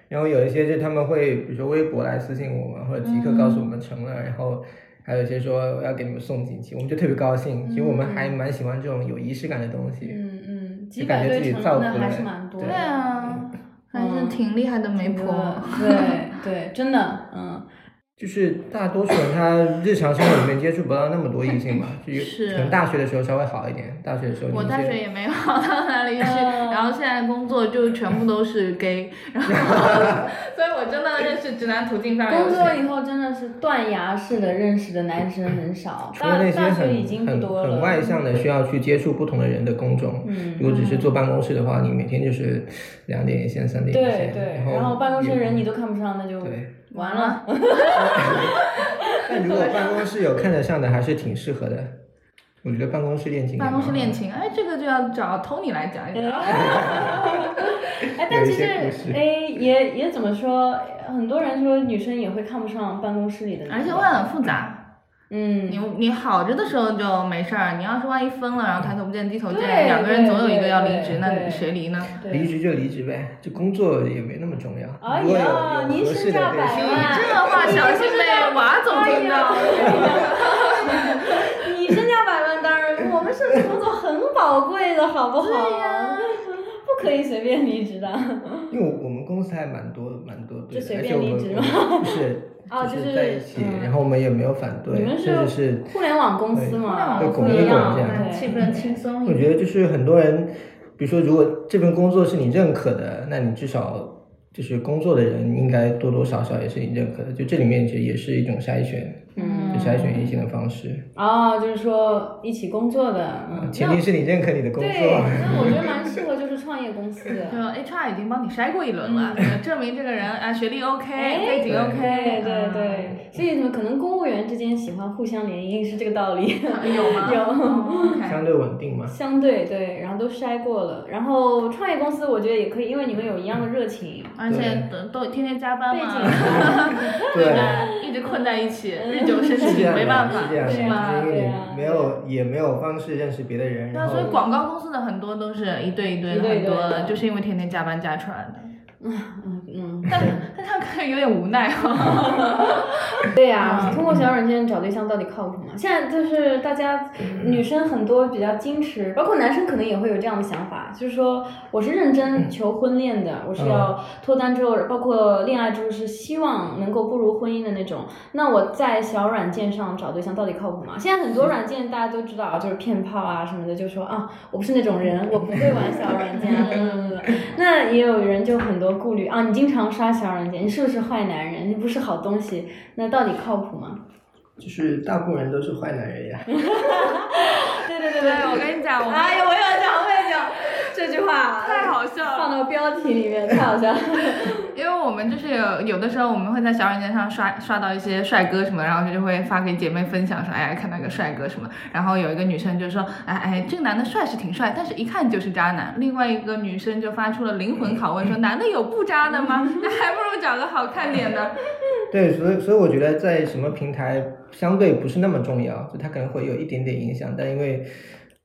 Speaker 3: 然后有一些就他们会，比如说微博来私信我们，或者即刻告诉我们成了，然后还有一些说要给你们送锦旗，我们就特别高兴。其实我们还蛮喜欢这种有仪式感的东西，
Speaker 1: 嗯嗯，几
Speaker 3: 就感
Speaker 1: 百
Speaker 3: 觉
Speaker 1: 对
Speaker 3: 自己
Speaker 1: 成
Speaker 3: 造
Speaker 1: 人的
Speaker 3: 福
Speaker 1: 还
Speaker 3: 了
Speaker 1: 是蛮多的。
Speaker 3: 对
Speaker 2: 对啊，还是
Speaker 1: 嗯
Speaker 2: 挺厉害的媒婆。
Speaker 1: 对对，真的，嗯，
Speaker 3: 就是大多数人他日常生活里面接触不到那么多异性 嘛，就有
Speaker 2: 是
Speaker 3: 可能大学的时候稍微好一点，大学的时候你
Speaker 2: 我
Speaker 3: 一
Speaker 2: 大
Speaker 3: 些
Speaker 2: 学也没有好到哪里去，
Speaker 1: 哦
Speaker 2: 然后现在工作就全部都是 gay，然 后，所以我真的认识直男途径非常有
Speaker 1: 工作
Speaker 2: 限。
Speaker 1: 以后真的是断崖式的认识的男生很少，
Speaker 3: 除
Speaker 1: 大
Speaker 3: 了那些
Speaker 1: 大学
Speaker 3: 很
Speaker 1: 已经不
Speaker 3: 很
Speaker 1: 多
Speaker 3: 很
Speaker 1: 了。
Speaker 3: 外向的需要去接触不同的人的工种，
Speaker 1: 嗯
Speaker 3: 如果只是坐办公室的话，你每天就是两点一线、三点一
Speaker 1: 对
Speaker 3: 线，
Speaker 1: 对，
Speaker 3: 然
Speaker 1: 然后办公室
Speaker 3: 也
Speaker 1: 人你都看不上，那就
Speaker 3: 对。
Speaker 1: 完 了。
Speaker 3: 但如果办公室有看得上的，还是挺适合的。我觉得办公室恋情也蛮
Speaker 2: 办
Speaker 3: 好，
Speaker 2: 公室恋情，哎，这个就要找 Tony 来讲一讲。
Speaker 1: 哎，但
Speaker 3: 有一
Speaker 1: 其实
Speaker 3: 些故事
Speaker 1: 哎，也也怎么说，很多人说女生也会看不上办公室里的男
Speaker 2: 而
Speaker 1: 的，
Speaker 2: 且会很复杂，你
Speaker 1: 嗯，
Speaker 2: 你好着的时候就没事儿，你要是万一分了，然后抬头不见低头
Speaker 1: 对
Speaker 2: 见，两个人
Speaker 1: 对
Speaker 2: 总有一个要
Speaker 1: 对
Speaker 2: 离职
Speaker 1: 对，
Speaker 2: 那
Speaker 1: 对
Speaker 2: 你谁离呢？
Speaker 3: 离
Speaker 1: 对。
Speaker 3: 职就离职呗，这工作也没那么重要。
Speaker 1: 哎
Speaker 3: 如果有
Speaker 1: 呀
Speaker 3: 有
Speaker 1: 您
Speaker 3: 合
Speaker 1: 身
Speaker 3: 适的
Speaker 1: 价
Speaker 3: 对
Speaker 1: 百
Speaker 2: 你
Speaker 3: 象
Speaker 1: 万
Speaker 2: 这话小心被娃总听到。
Speaker 1: 你身价百万，当然我们是工作很宝贵的，好不好？
Speaker 2: 对呀
Speaker 1: 不可以随便离职的。
Speaker 3: 因为我们公司还蛮多蛮多对
Speaker 1: 就随
Speaker 3: 的，而
Speaker 1: 便
Speaker 3: 且我们
Speaker 1: 离职
Speaker 3: 我们不是
Speaker 1: 哦
Speaker 3: 就
Speaker 1: 就是是
Speaker 3: 在一起，
Speaker 1: 嗯
Speaker 3: 然后我们也没有反对，
Speaker 1: 你们
Speaker 3: 甚至是
Speaker 1: 互联网公司嘛，
Speaker 3: 对
Speaker 1: 不
Speaker 3: 对
Speaker 1: 一样，
Speaker 3: 拱一拱这样
Speaker 1: 对
Speaker 2: 气氛轻松一
Speaker 3: 我
Speaker 2: 点。
Speaker 3: 觉得就是很多人，比如说，如果这份工作是你认可的，那你至少就是工作的人应该多多少少也是你认可的。就这里面其实也是一种筛选，
Speaker 1: 嗯
Speaker 3: 就筛选异性的方式，啊
Speaker 1: 哦，就是说一起工作的，嗯，
Speaker 3: 前提是你认可你的工
Speaker 1: 那
Speaker 3: 作。
Speaker 1: 对，那我觉得蛮适合就是创业公司的
Speaker 2: 就。HR 已经帮你筛过一轮了，证明这个人啊学历 OK，
Speaker 1: 嗯哎
Speaker 2: 背景 OK，
Speaker 1: 对对
Speaker 2: 嗯
Speaker 1: 对，所以可能公务员之间喜欢互相联姻是这个道 理。
Speaker 2: 嗯有吗？
Speaker 1: 有
Speaker 2: 哦，OK
Speaker 3: 相对稳定嘛，
Speaker 1: 相对对，然后都筛过了，然后创业公司我觉得也可以，因为你们有一样的热情，
Speaker 2: 而且都都天天加班
Speaker 1: 背景
Speaker 2: 嘛，
Speaker 3: 对，
Speaker 2: 吧？一直困在一起，日久生
Speaker 3: 是这
Speaker 2: 情，
Speaker 3: 样的，
Speaker 2: 没办法
Speaker 3: 是这样，的，
Speaker 2: 是吧？
Speaker 3: 因为
Speaker 1: 对
Speaker 3: 你
Speaker 1: 啊
Speaker 3: 没有也没有方式认识别的人，
Speaker 2: 那
Speaker 3: 然
Speaker 2: 所以
Speaker 3: 后
Speaker 2: 广告公司的很多都是一对一对
Speaker 1: 一
Speaker 2: 的，
Speaker 1: 对一
Speaker 2: 很
Speaker 1: 对的
Speaker 2: 多的就是因为天天加班加出来的。
Speaker 1: 嗯嗯，
Speaker 2: 但但他可能有点无奈哦。
Speaker 1: 对呀、通过小软件找对象到底靠谱吗？现在就是大家女生很多比较矜持，包括男生可能也会有这样的想法，就是说我是认真求婚恋的，我是要脱单之后，包括恋爱之后是希望能够步入婚姻的那种。那我在小软件上找对象到底靠谱吗？现在很多软件大家都知道，就是骗炮啊什么的，就说啊我不是那种人，我不会玩小软件啊，等等等等。 那也有人就很多顾虑啊，你经常刷小软件，你是不是坏男人？你不是好东西，那到底靠谱吗？
Speaker 3: 就是大部分人都是坏男人呀。
Speaker 1: 对对对
Speaker 2: 对，我跟你讲，我们
Speaker 1: 哎呀，我要讲，我也讲这句话，
Speaker 2: 太好笑了
Speaker 1: 放。到标题里面，太好笑了。
Speaker 2: 因为我们就是有有的时候我们会在小软件上刷刷到一些帅哥什么，然后就会发给姐妹分享说，哎呀看到一个帅哥什么，然后有一个女生就说，哎哎这个男的帅是挺帅，但是一看就是渣男。另外一个女生就发出了灵魂拷 问说，男的有不渣的 吗？那还不如找个好看点的。
Speaker 3: 对，所以所以我觉得在什么平台相对不是那么重要，就它可能会有一点点影响，但因为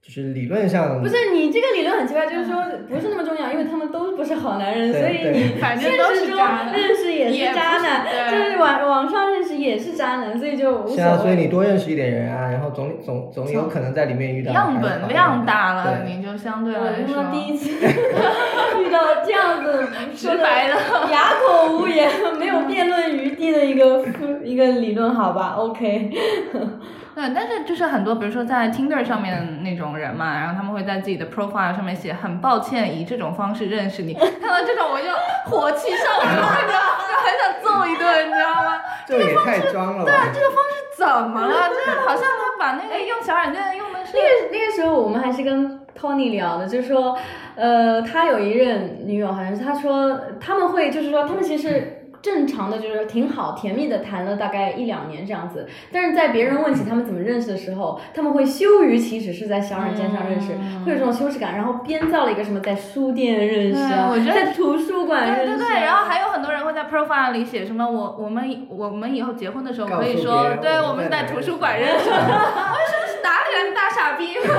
Speaker 3: 就是理论 上
Speaker 1: 不是你这个理论很奇怪，就是说不是那么重要，因为他们都不是好男人，
Speaker 3: 对
Speaker 1: 所以
Speaker 3: 对
Speaker 1: 你
Speaker 2: 反正
Speaker 1: 现
Speaker 2: 都
Speaker 1: 实
Speaker 2: 是
Speaker 1: 中
Speaker 2: 渣男
Speaker 1: 认识也是渣
Speaker 2: 也
Speaker 1: 男，
Speaker 2: 不是对
Speaker 1: 就是网网上认识也是渣男，所以就无
Speaker 3: 是啊，
Speaker 1: 所
Speaker 3: 所以你
Speaker 1: 谓。
Speaker 3: 多认识一点人啊，然后总总总有可能在里面遇到
Speaker 2: 样
Speaker 3: 还是好
Speaker 2: 本
Speaker 3: 的
Speaker 2: 量大了，
Speaker 3: 对，
Speaker 2: 你就相对
Speaker 1: 我
Speaker 2: 来
Speaker 1: 他妈第
Speaker 2: 说。
Speaker 1: 一次 遇到这样子说
Speaker 2: 直白的，
Speaker 1: 哑口无言、没有辩论余地的一个一个理论，好吧？OK，
Speaker 2: 对，但是就是很多，比如说在 Tinder 上面那种人嘛，然后他们会在自己的 profile 上面写，很抱歉以这种方式认识你。看到这种我就火气上来了，你知道吗就很想揍一顿，你知道吗？
Speaker 3: 这个也太装了
Speaker 2: 对啊，
Speaker 3: 吧。
Speaker 2: 这个方式怎么了？就是好像他把那个用小软件用的是
Speaker 1: 那个那个时候我们还是跟 Tony 聊的，就是说，呃，他有一任女友，好像是他说他们会，就是说他们其实。正常的就是挺好，甜蜜的谈了大概一两年这样子，但是在别人问起他们怎么认识的时候，他们会羞于启齿是在小软件上认识，会有这种羞耻感，然后编造了一个什么在书店认识啊，
Speaker 2: 对我觉得
Speaker 1: 在图书馆
Speaker 2: 对
Speaker 1: 认识啊、
Speaker 2: 对对，然后还有很多人会在 profile 里写什么我我们以我们以后结婚的时候
Speaker 3: 告诉
Speaker 2: 可以
Speaker 3: 别
Speaker 2: 说，
Speaker 3: 人
Speaker 2: 对
Speaker 3: 我们
Speaker 2: 我们在
Speaker 3: 在哪
Speaker 2: 图
Speaker 3: 认
Speaker 2: 书
Speaker 3: 识
Speaker 2: 馆认识的。我说是哪里来的大傻逼？就就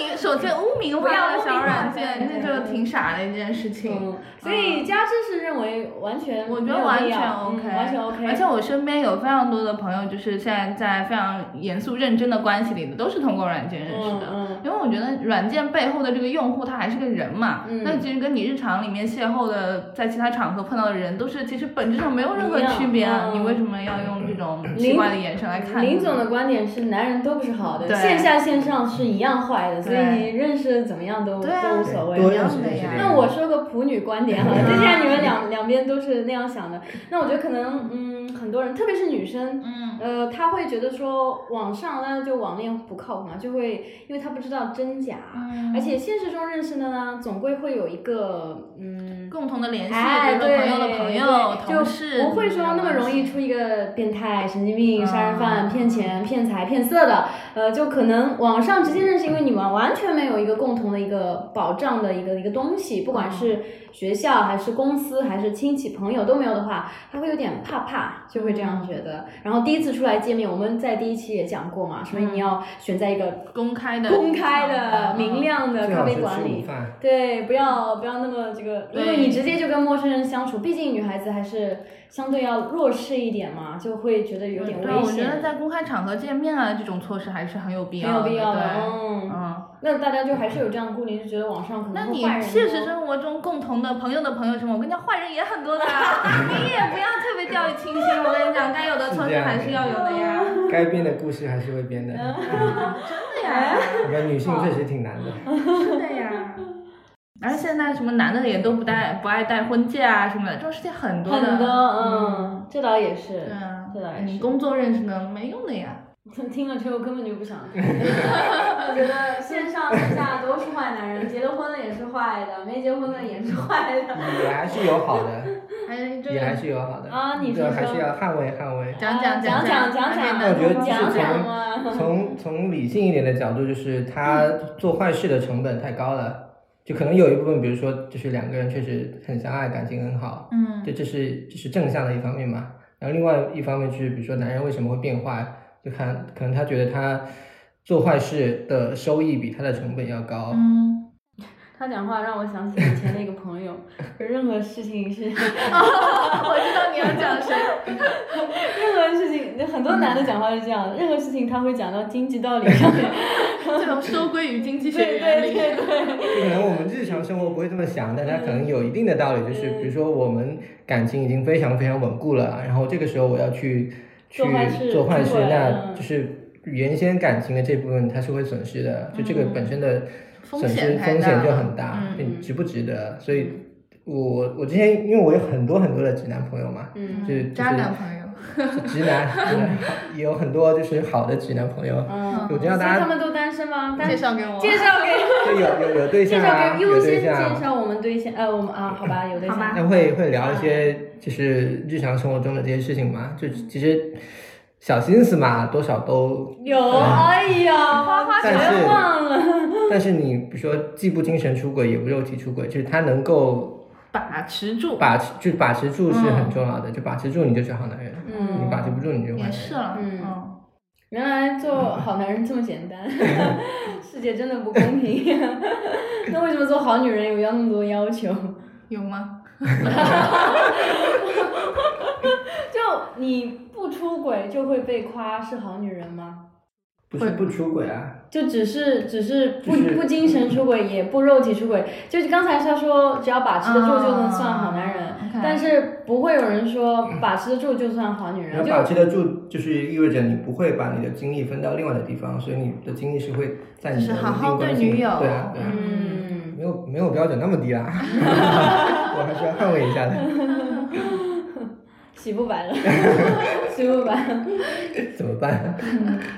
Speaker 2: 你首先污名化了小软件，这就挺傻的一件事情。
Speaker 1: 嗯，所以家之是认为完全
Speaker 2: 我
Speaker 1: 没
Speaker 2: 觉
Speaker 1: 有
Speaker 2: 得
Speaker 1: 必
Speaker 2: 完全
Speaker 1: 要
Speaker 2: OK，、
Speaker 1: 嗯完全 OK，
Speaker 2: 而且我身边有非常多的朋友，就是现在在非常严肃认真的关系里的，都是通过软件认识的。
Speaker 1: 嗯嗯
Speaker 2: 因为我觉得软件背后的这个用户，他还是个人嘛，
Speaker 1: 嗯
Speaker 2: 那其实跟你日常里面邂逅的，在其他场合碰到的人，都是其实本质上没有任何区别
Speaker 1: 一样嗯
Speaker 2: 啊。
Speaker 1: 嗯
Speaker 2: 你为什么要用这种奇怪的眼神来看？
Speaker 1: 林总的观点是，男人都不是好的，
Speaker 2: 对
Speaker 1: 线下线上是一样坏的，所以
Speaker 2: 对
Speaker 1: 你认识怎么样都、
Speaker 2: 对啊
Speaker 1: 都无所谓。
Speaker 3: 多
Speaker 2: 一
Speaker 3: 认
Speaker 2: 样
Speaker 3: 识
Speaker 2: 的
Speaker 3: 认识
Speaker 2: 呀
Speaker 3: 点
Speaker 1: 那我说个普女观 点好了，
Speaker 2: 嗯
Speaker 1: 既然你们两两边都是那样想的，那我觉得可能嗯，很多人，特别是女生。
Speaker 2: 嗯，
Speaker 1: 呃，她会觉得说网上那就网恋不靠谱嘛，就会因为她不知道真假，
Speaker 2: 嗯
Speaker 1: 而且现实中认识的呢，总归会有一个嗯
Speaker 2: 共同的联系，
Speaker 1: 哎，
Speaker 2: 比如说
Speaker 1: 对，
Speaker 2: 朋友的朋友、
Speaker 1: 哎对
Speaker 2: 同事，
Speaker 1: 就不会说那么容易出一个变态、神经病、杀人犯、
Speaker 2: 啊
Speaker 1: 骗钱、骗财、骗色的。呃，就可能网上直接认识，因为你们完全没有一个共同的一个保障的一个一个东西，不管是
Speaker 2: 嗯
Speaker 1: 学校还是公司还是亲戚朋友都没有的话，他会有点怕怕，就会这
Speaker 2: 嗯
Speaker 1: 样觉得。然后第一次出来见面，我们在第一期也讲过嘛，所
Speaker 2: 嗯
Speaker 1: 以你要选在一个
Speaker 2: 公开的、啊
Speaker 1: 公开的、明
Speaker 2: 亮。
Speaker 1: 亮的
Speaker 3: 最
Speaker 1: 咖
Speaker 3: 好是
Speaker 1: 啡
Speaker 3: 吃
Speaker 1: 馆
Speaker 3: 午
Speaker 1: 里。
Speaker 3: 饭，
Speaker 1: 对，不要不要那么这个，因为
Speaker 2: 对
Speaker 1: 你直接就跟陌生人相处，毕竟女孩子还是相对要弱势一点嘛，就会觉得有点
Speaker 2: 嗯对，啊
Speaker 1: 危
Speaker 2: 我觉得
Speaker 1: 险，
Speaker 2: 在公开场合见面啊，这种措施还是很有必
Speaker 1: 没
Speaker 2: 要
Speaker 1: 有
Speaker 2: 的。
Speaker 1: 必要
Speaker 2: 对
Speaker 1: 的。，嗯，
Speaker 2: 嗯。
Speaker 1: 那大家就还是有这样的顾虑，就觉得网上可
Speaker 2: 那
Speaker 1: 能
Speaker 2: 你
Speaker 1: 会坏人
Speaker 2: 现实
Speaker 1: 多
Speaker 2: 生活中共同的朋友的朋友什么，我跟你讲，坏人也很多的啊， 你也不要特别掉以轻心。我跟你讲，该有的措施还是要有的呀。
Speaker 3: 该变的故事还是会变的。
Speaker 2: 嗯 真的 呀，
Speaker 3: 我们女性确实挺难的。
Speaker 1: 哎
Speaker 2: 是的呀。 而且现在什么男的也都不戴不爱戴婚戒啊什么的，这种事情很多的。
Speaker 1: 很多，嗯，这倒也
Speaker 2: 对
Speaker 1: 是，
Speaker 2: 啊，
Speaker 1: 这倒也
Speaker 2: 你
Speaker 1: 是。
Speaker 2: 工作认识的没用的呀。
Speaker 1: 听了之后根本就不 想，我觉得线上线下都是坏男人，结了婚的也是坏的，没结婚的也是坏的。
Speaker 3: 也还是有好的，
Speaker 2: 还是哎这
Speaker 3: 也还
Speaker 2: 个
Speaker 3: 是有好的
Speaker 1: 啊你
Speaker 3: 对
Speaker 1: 说
Speaker 3: 还是
Speaker 1: 说
Speaker 3: 要捍卫捍卫。
Speaker 2: 讲
Speaker 1: 啊
Speaker 2: 讲
Speaker 1: 讲
Speaker 2: 讲
Speaker 1: 讲
Speaker 2: 讲
Speaker 1: 讲，
Speaker 3: 哎那我觉得就是
Speaker 1: 讲讲
Speaker 3: 从
Speaker 1: 嘛，
Speaker 3: 从从理性一点的角度，就是他做坏事的成本太高了，就可能有一部分，比如说就是两个人确实很相爱，感情很好，
Speaker 2: 嗯
Speaker 3: 对，这是这是正向的一方面嘛。然后另外一方面就是，比如说男人为什么会变坏，就看可能他觉得他做坏事的收益比他的成本要高，
Speaker 2: 嗯，
Speaker 1: 他讲话让我想起以前的一个朋友，就任何事情是，啊
Speaker 2: 嗯 我知道你要讲谁。
Speaker 1: 任何事情，很多男的讲话是这样的，任何事情他会讲到经济道理上 面。
Speaker 2: 这种收归于经济学
Speaker 1: 对
Speaker 2: 原
Speaker 1: 对
Speaker 2: 理。
Speaker 1: 对对，
Speaker 3: 就可能我们日常生活不会这么想，但它可能有一定的道理，就是比如说我们感情已经非常非常稳固了，然后这个时候我要去去
Speaker 1: 做坏事
Speaker 3: 做坏
Speaker 1: 出
Speaker 3: 事
Speaker 1: 轨，
Speaker 3: 那
Speaker 1: 嗯
Speaker 3: 就是原先感情的这部分它是会损失的，就这
Speaker 1: 嗯
Speaker 3: 个本身的
Speaker 2: 风
Speaker 3: 损失
Speaker 2: 险太
Speaker 3: 风险
Speaker 2: 大
Speaker 3: 就
Speaker 2: 了
Speaker 3: 很大
Speaker 2: 嗯，
Speaker 3: 你值不值得？所以我我之前因为我有很多很多的直男朋友嘛，
Speaker 1: 嗯
Speaker 3: 就是就是
Speaker 2: 渣男朋友，
Speaker 3: 直男，直男也有很多就是好的直男朋友，
Speaker 1: 嗯，
Speaker 3: 我
Speaker 1: 所
Speaker 3: 知
Speaker 1: 以
Speaker 3: 道大
Speaker 1: 他
Speaker 3: 家
Speaker 1: 们都单身吗？单
Speaker 2: 介绍给我。
Speaker 1: 介绍给
Speaker 3: 就有有有对
Speaker 1: 介
Speaker 3: 象
Speaker 1: 绍
Speaker 3: 啊，
Speaker 1: 给优
Speaker 3: 有对
Speaker 1: 先
Speaker 3: 象啊
Speaker 1: 介绍我们对象，呃，我们啊，好吧，有对
Speaker 2: 好吧
Speaker 1: 象。
Speaker 3: 那会会
Speaker 2: 啊
Speaker 3: 聊一些就是日常生活中的这些事情嘛，就其实小心思嘛，多少都，
Speaker 1: 有，哎呀，
Speaker 2: 花花
Speaker 3: 但
Speaker 1: 全
Speaker 3: 是
Speaker 1: 忘了。
Speaker 2: 啊
Speaker 3: 但是你比如说既不精神出轨也不肉体出轨，就是他能够
Speaker 2: 把持住，
Speaker 3: 把持，就把持住是很重要的，就把持住你就是好男人，
Speaker 1: 嗯
Speaker 3: 你把持不住你就
Speaker 2: 嗯
Speaker 3: 坏
Speaker 2: 也
Speaker 3: 男
Speaker 2: 是
Speaker 3: 人。
Speaker 2: 了，
Speaker 1: 嗯
Speaker 2: 嗯，
Speaker 1: 原来做好男人这么简 单，世界真的不公平。 那为什么做好女人有要那么多要求？
Speaker 2: 有吗？
Speaker 1: 就你不出轨就会被夸是好女人吗？
Speaker 3: 不是不出轨啊，
Speaker 1: 就只是只是不
Speaker 3: 就是
Speaker 1: 不精神出轨，也不肉体出轨。就是刚才他说只要把持得住就能算好男人，
Speaker 2: 啊啊，OK
Speaker 1: 但是不会有人说把持得住就算好女
Speaker 3: 你
Speaker 1: 人。
Speaker 3: 要
Speaker 1: 就
Speaker 3: 把持得住，就是意味着你不会把你的精力分到另外的地方，所以你的精力是会在
Speaker 2: 就
Speaker 3: 你
Speaker 2: 是
Speaker 3: 的
Speaker 2: 好
Speaker 3: 稳
Speaker 2: 好
Speaker 3: 定
Speaker 2: 对
Speaker 3: 关系里
Speaker 2: 女友，
Speaker 3: 对啊，对啊，
Speaker 1: 嗯，
Speaker 3: 没有没有标准那么低啦， 我还是要捍卫一下的。
Speaker 1: 洗不白了， 洗不白了。
Speaker 3: 怎么办？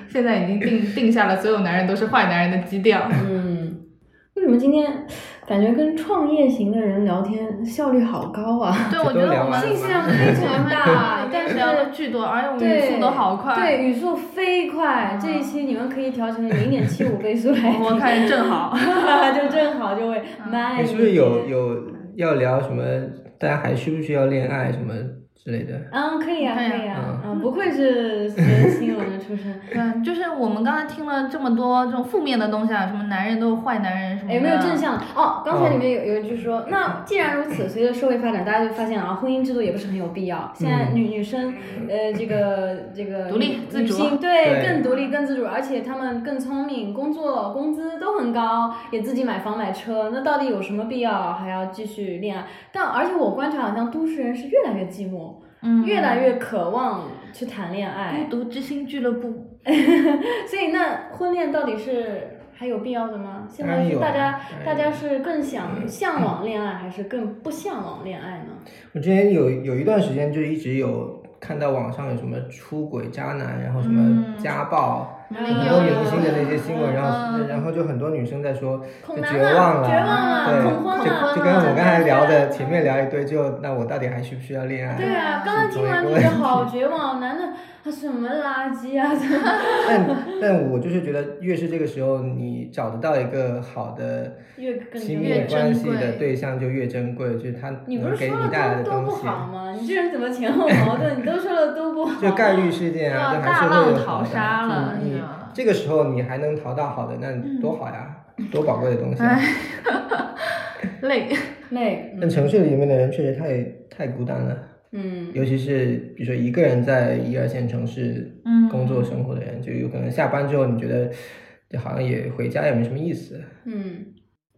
Speaker 2: 现在已经定定下了所有男人都是坏男人的基调。
Speaker 1: 嗯，为什么今天感觉跟创业型的人聊天效率好高啊？
Speaker 2: 对，我觉得我 们
Speaker 1: 信息量非常 大，但是
Speaker 2: 聊的巨多，而且我们
Speaker 1: 对，
Speaker 2: 语速都好 快。
Speaker 1: 对，语速飞快。这一期你们可以调成零点七五倍 速来嗯
Speaker 2: 我看正好，
Speaker 1: 听， 就正好就会慢一点。
Speaker 3: 你是不是有有要聊什么？大家还需不需要恋爱？什么之类的。
Speaker 1: 嗯，可以啊，
Speaker 2: 可以啊
Speaker 1: 可以啊，嗯，不愧是学新闻的出身，
Speaker 2: 嗯，就是我们刚才听了这么多这种负面的东西啊，什么男人都是坏男人什么的，
Speaker 1: 哎有没有正向？哦，刚才里面有有一句说，那既然如此，随着社会发展，大家就发现啊，婚姻制度也不是很有必要。现在女、女生，呃，这个这个
Speaker 2: 独立
Speaker 1: 女
Speaker 2: 自
Speaker 1: 女
Speaker 2: 主
Speaker 1: 性对
Speaker 3: 对
Speaker 1: 更独立、更自主，而且她们更聪明，工作工资都很高，也自己买房买车，那到底有什么必要还要继续恋爱？但而且我观察，好像都市人是越来越寂寞，
Speaker 2: 嗯
Speaker 1: 越来越渴望去谈恋爱
Speaker 2: 孤，独之星俱乐部？
Speaker 1: 所以那婚恋到底是还有必要的吗？现
Speaker 3: 当
Speaker 1: 在
Speaker 3: 然
Speaker 1: 是
Speaker 3: 有啊
Speaker 1: 大家
Speaker 3: 当然
Speaker 1: 大家
Speaker 3: 有嗯
Speaker 1: 是更想向往恋爱，还是更不向往恋爱呢？
Speaker 3: 我之前有有一段时间就一直有看到网上有什么出轨渣男，然后什么
Speaker 2: 嗯
Speaker 3: 家暴，
Speaker 1: 嗯
Speaker 3: 很多明星的那些新闻，然后然后就很多女生在说
Speaker 1: 恐
Speaker 3: 就
Speaker 1: 男
Speaker 3: 绝
Speaker 1: 啊
Speaker 3: 望了，
Speaker 1: 绝望啊
Speaker 3: 对，
Speaker 1: 恐慌
Speaker 3: 就
Speaker 1: 啊
Speaker 3: 就跟我刚才聊
Speaker 1: 真的
Speaker 3: 的前面聊一堆，就那我到底还需不需要恋爱？
Speaker 1: 对啊，刚刚听完就觉得好绝望，男的啊什么垃圾啊， 怎么
Speaker 3: 但但我就是觉得，越是这个时候，你找得到一个好的
Speaker 1: 越更
Speaker 3: 亲
Speaker 1: 越
Speaker 3: 密
Speaker 1: 珍
Speaker 3: 关系
Speaker 2: 贵
Speaker 3: 的对象就越珍贵，就是他
Speaker 1: 你不是
Speaker 3: 能给
Speaker 1: 说
Speaker 3: 你带来
Speaker 1: 了
Speaker 3: 的
Speaker 1: 都都
Speaker 3: 东
Speaker 1: 不
Speaker 3: 西，
Speaker 1: 好吗？你这人怎么前后矛盾？你都说了都不好，
Speaker 3: 就概率事件啊，
Speaker 2: 要
Speaker 3: 就还
Speaker 2: 大
Speaker 3: 是会
Speaker 2: 浪
Speaker 3: 有好
Speaker 2: 淘
Speaker 3: 的。
Speaker 2: 沙了，
Speaker 3: 你
Speaker 2: 是吧
Speaker 3: 这个时候你还能淘到好的，那多好呀，多宝贵的东西啊！
Speaker 1: 嗯
Speaker 2: 累。
Speaker 1: 累，
Speaker 3: 但城市里面的人确实太太孤单了，
Speaker 1: 嗯，
Speaker 3: 尤其是比如说一个人在一二线城市
Speaker 2: 嗯
Speaker 3: 工作生活的人，就有可能下班之后你觉得就好像也回家也没什么意思，
Speaker 1: 嗯，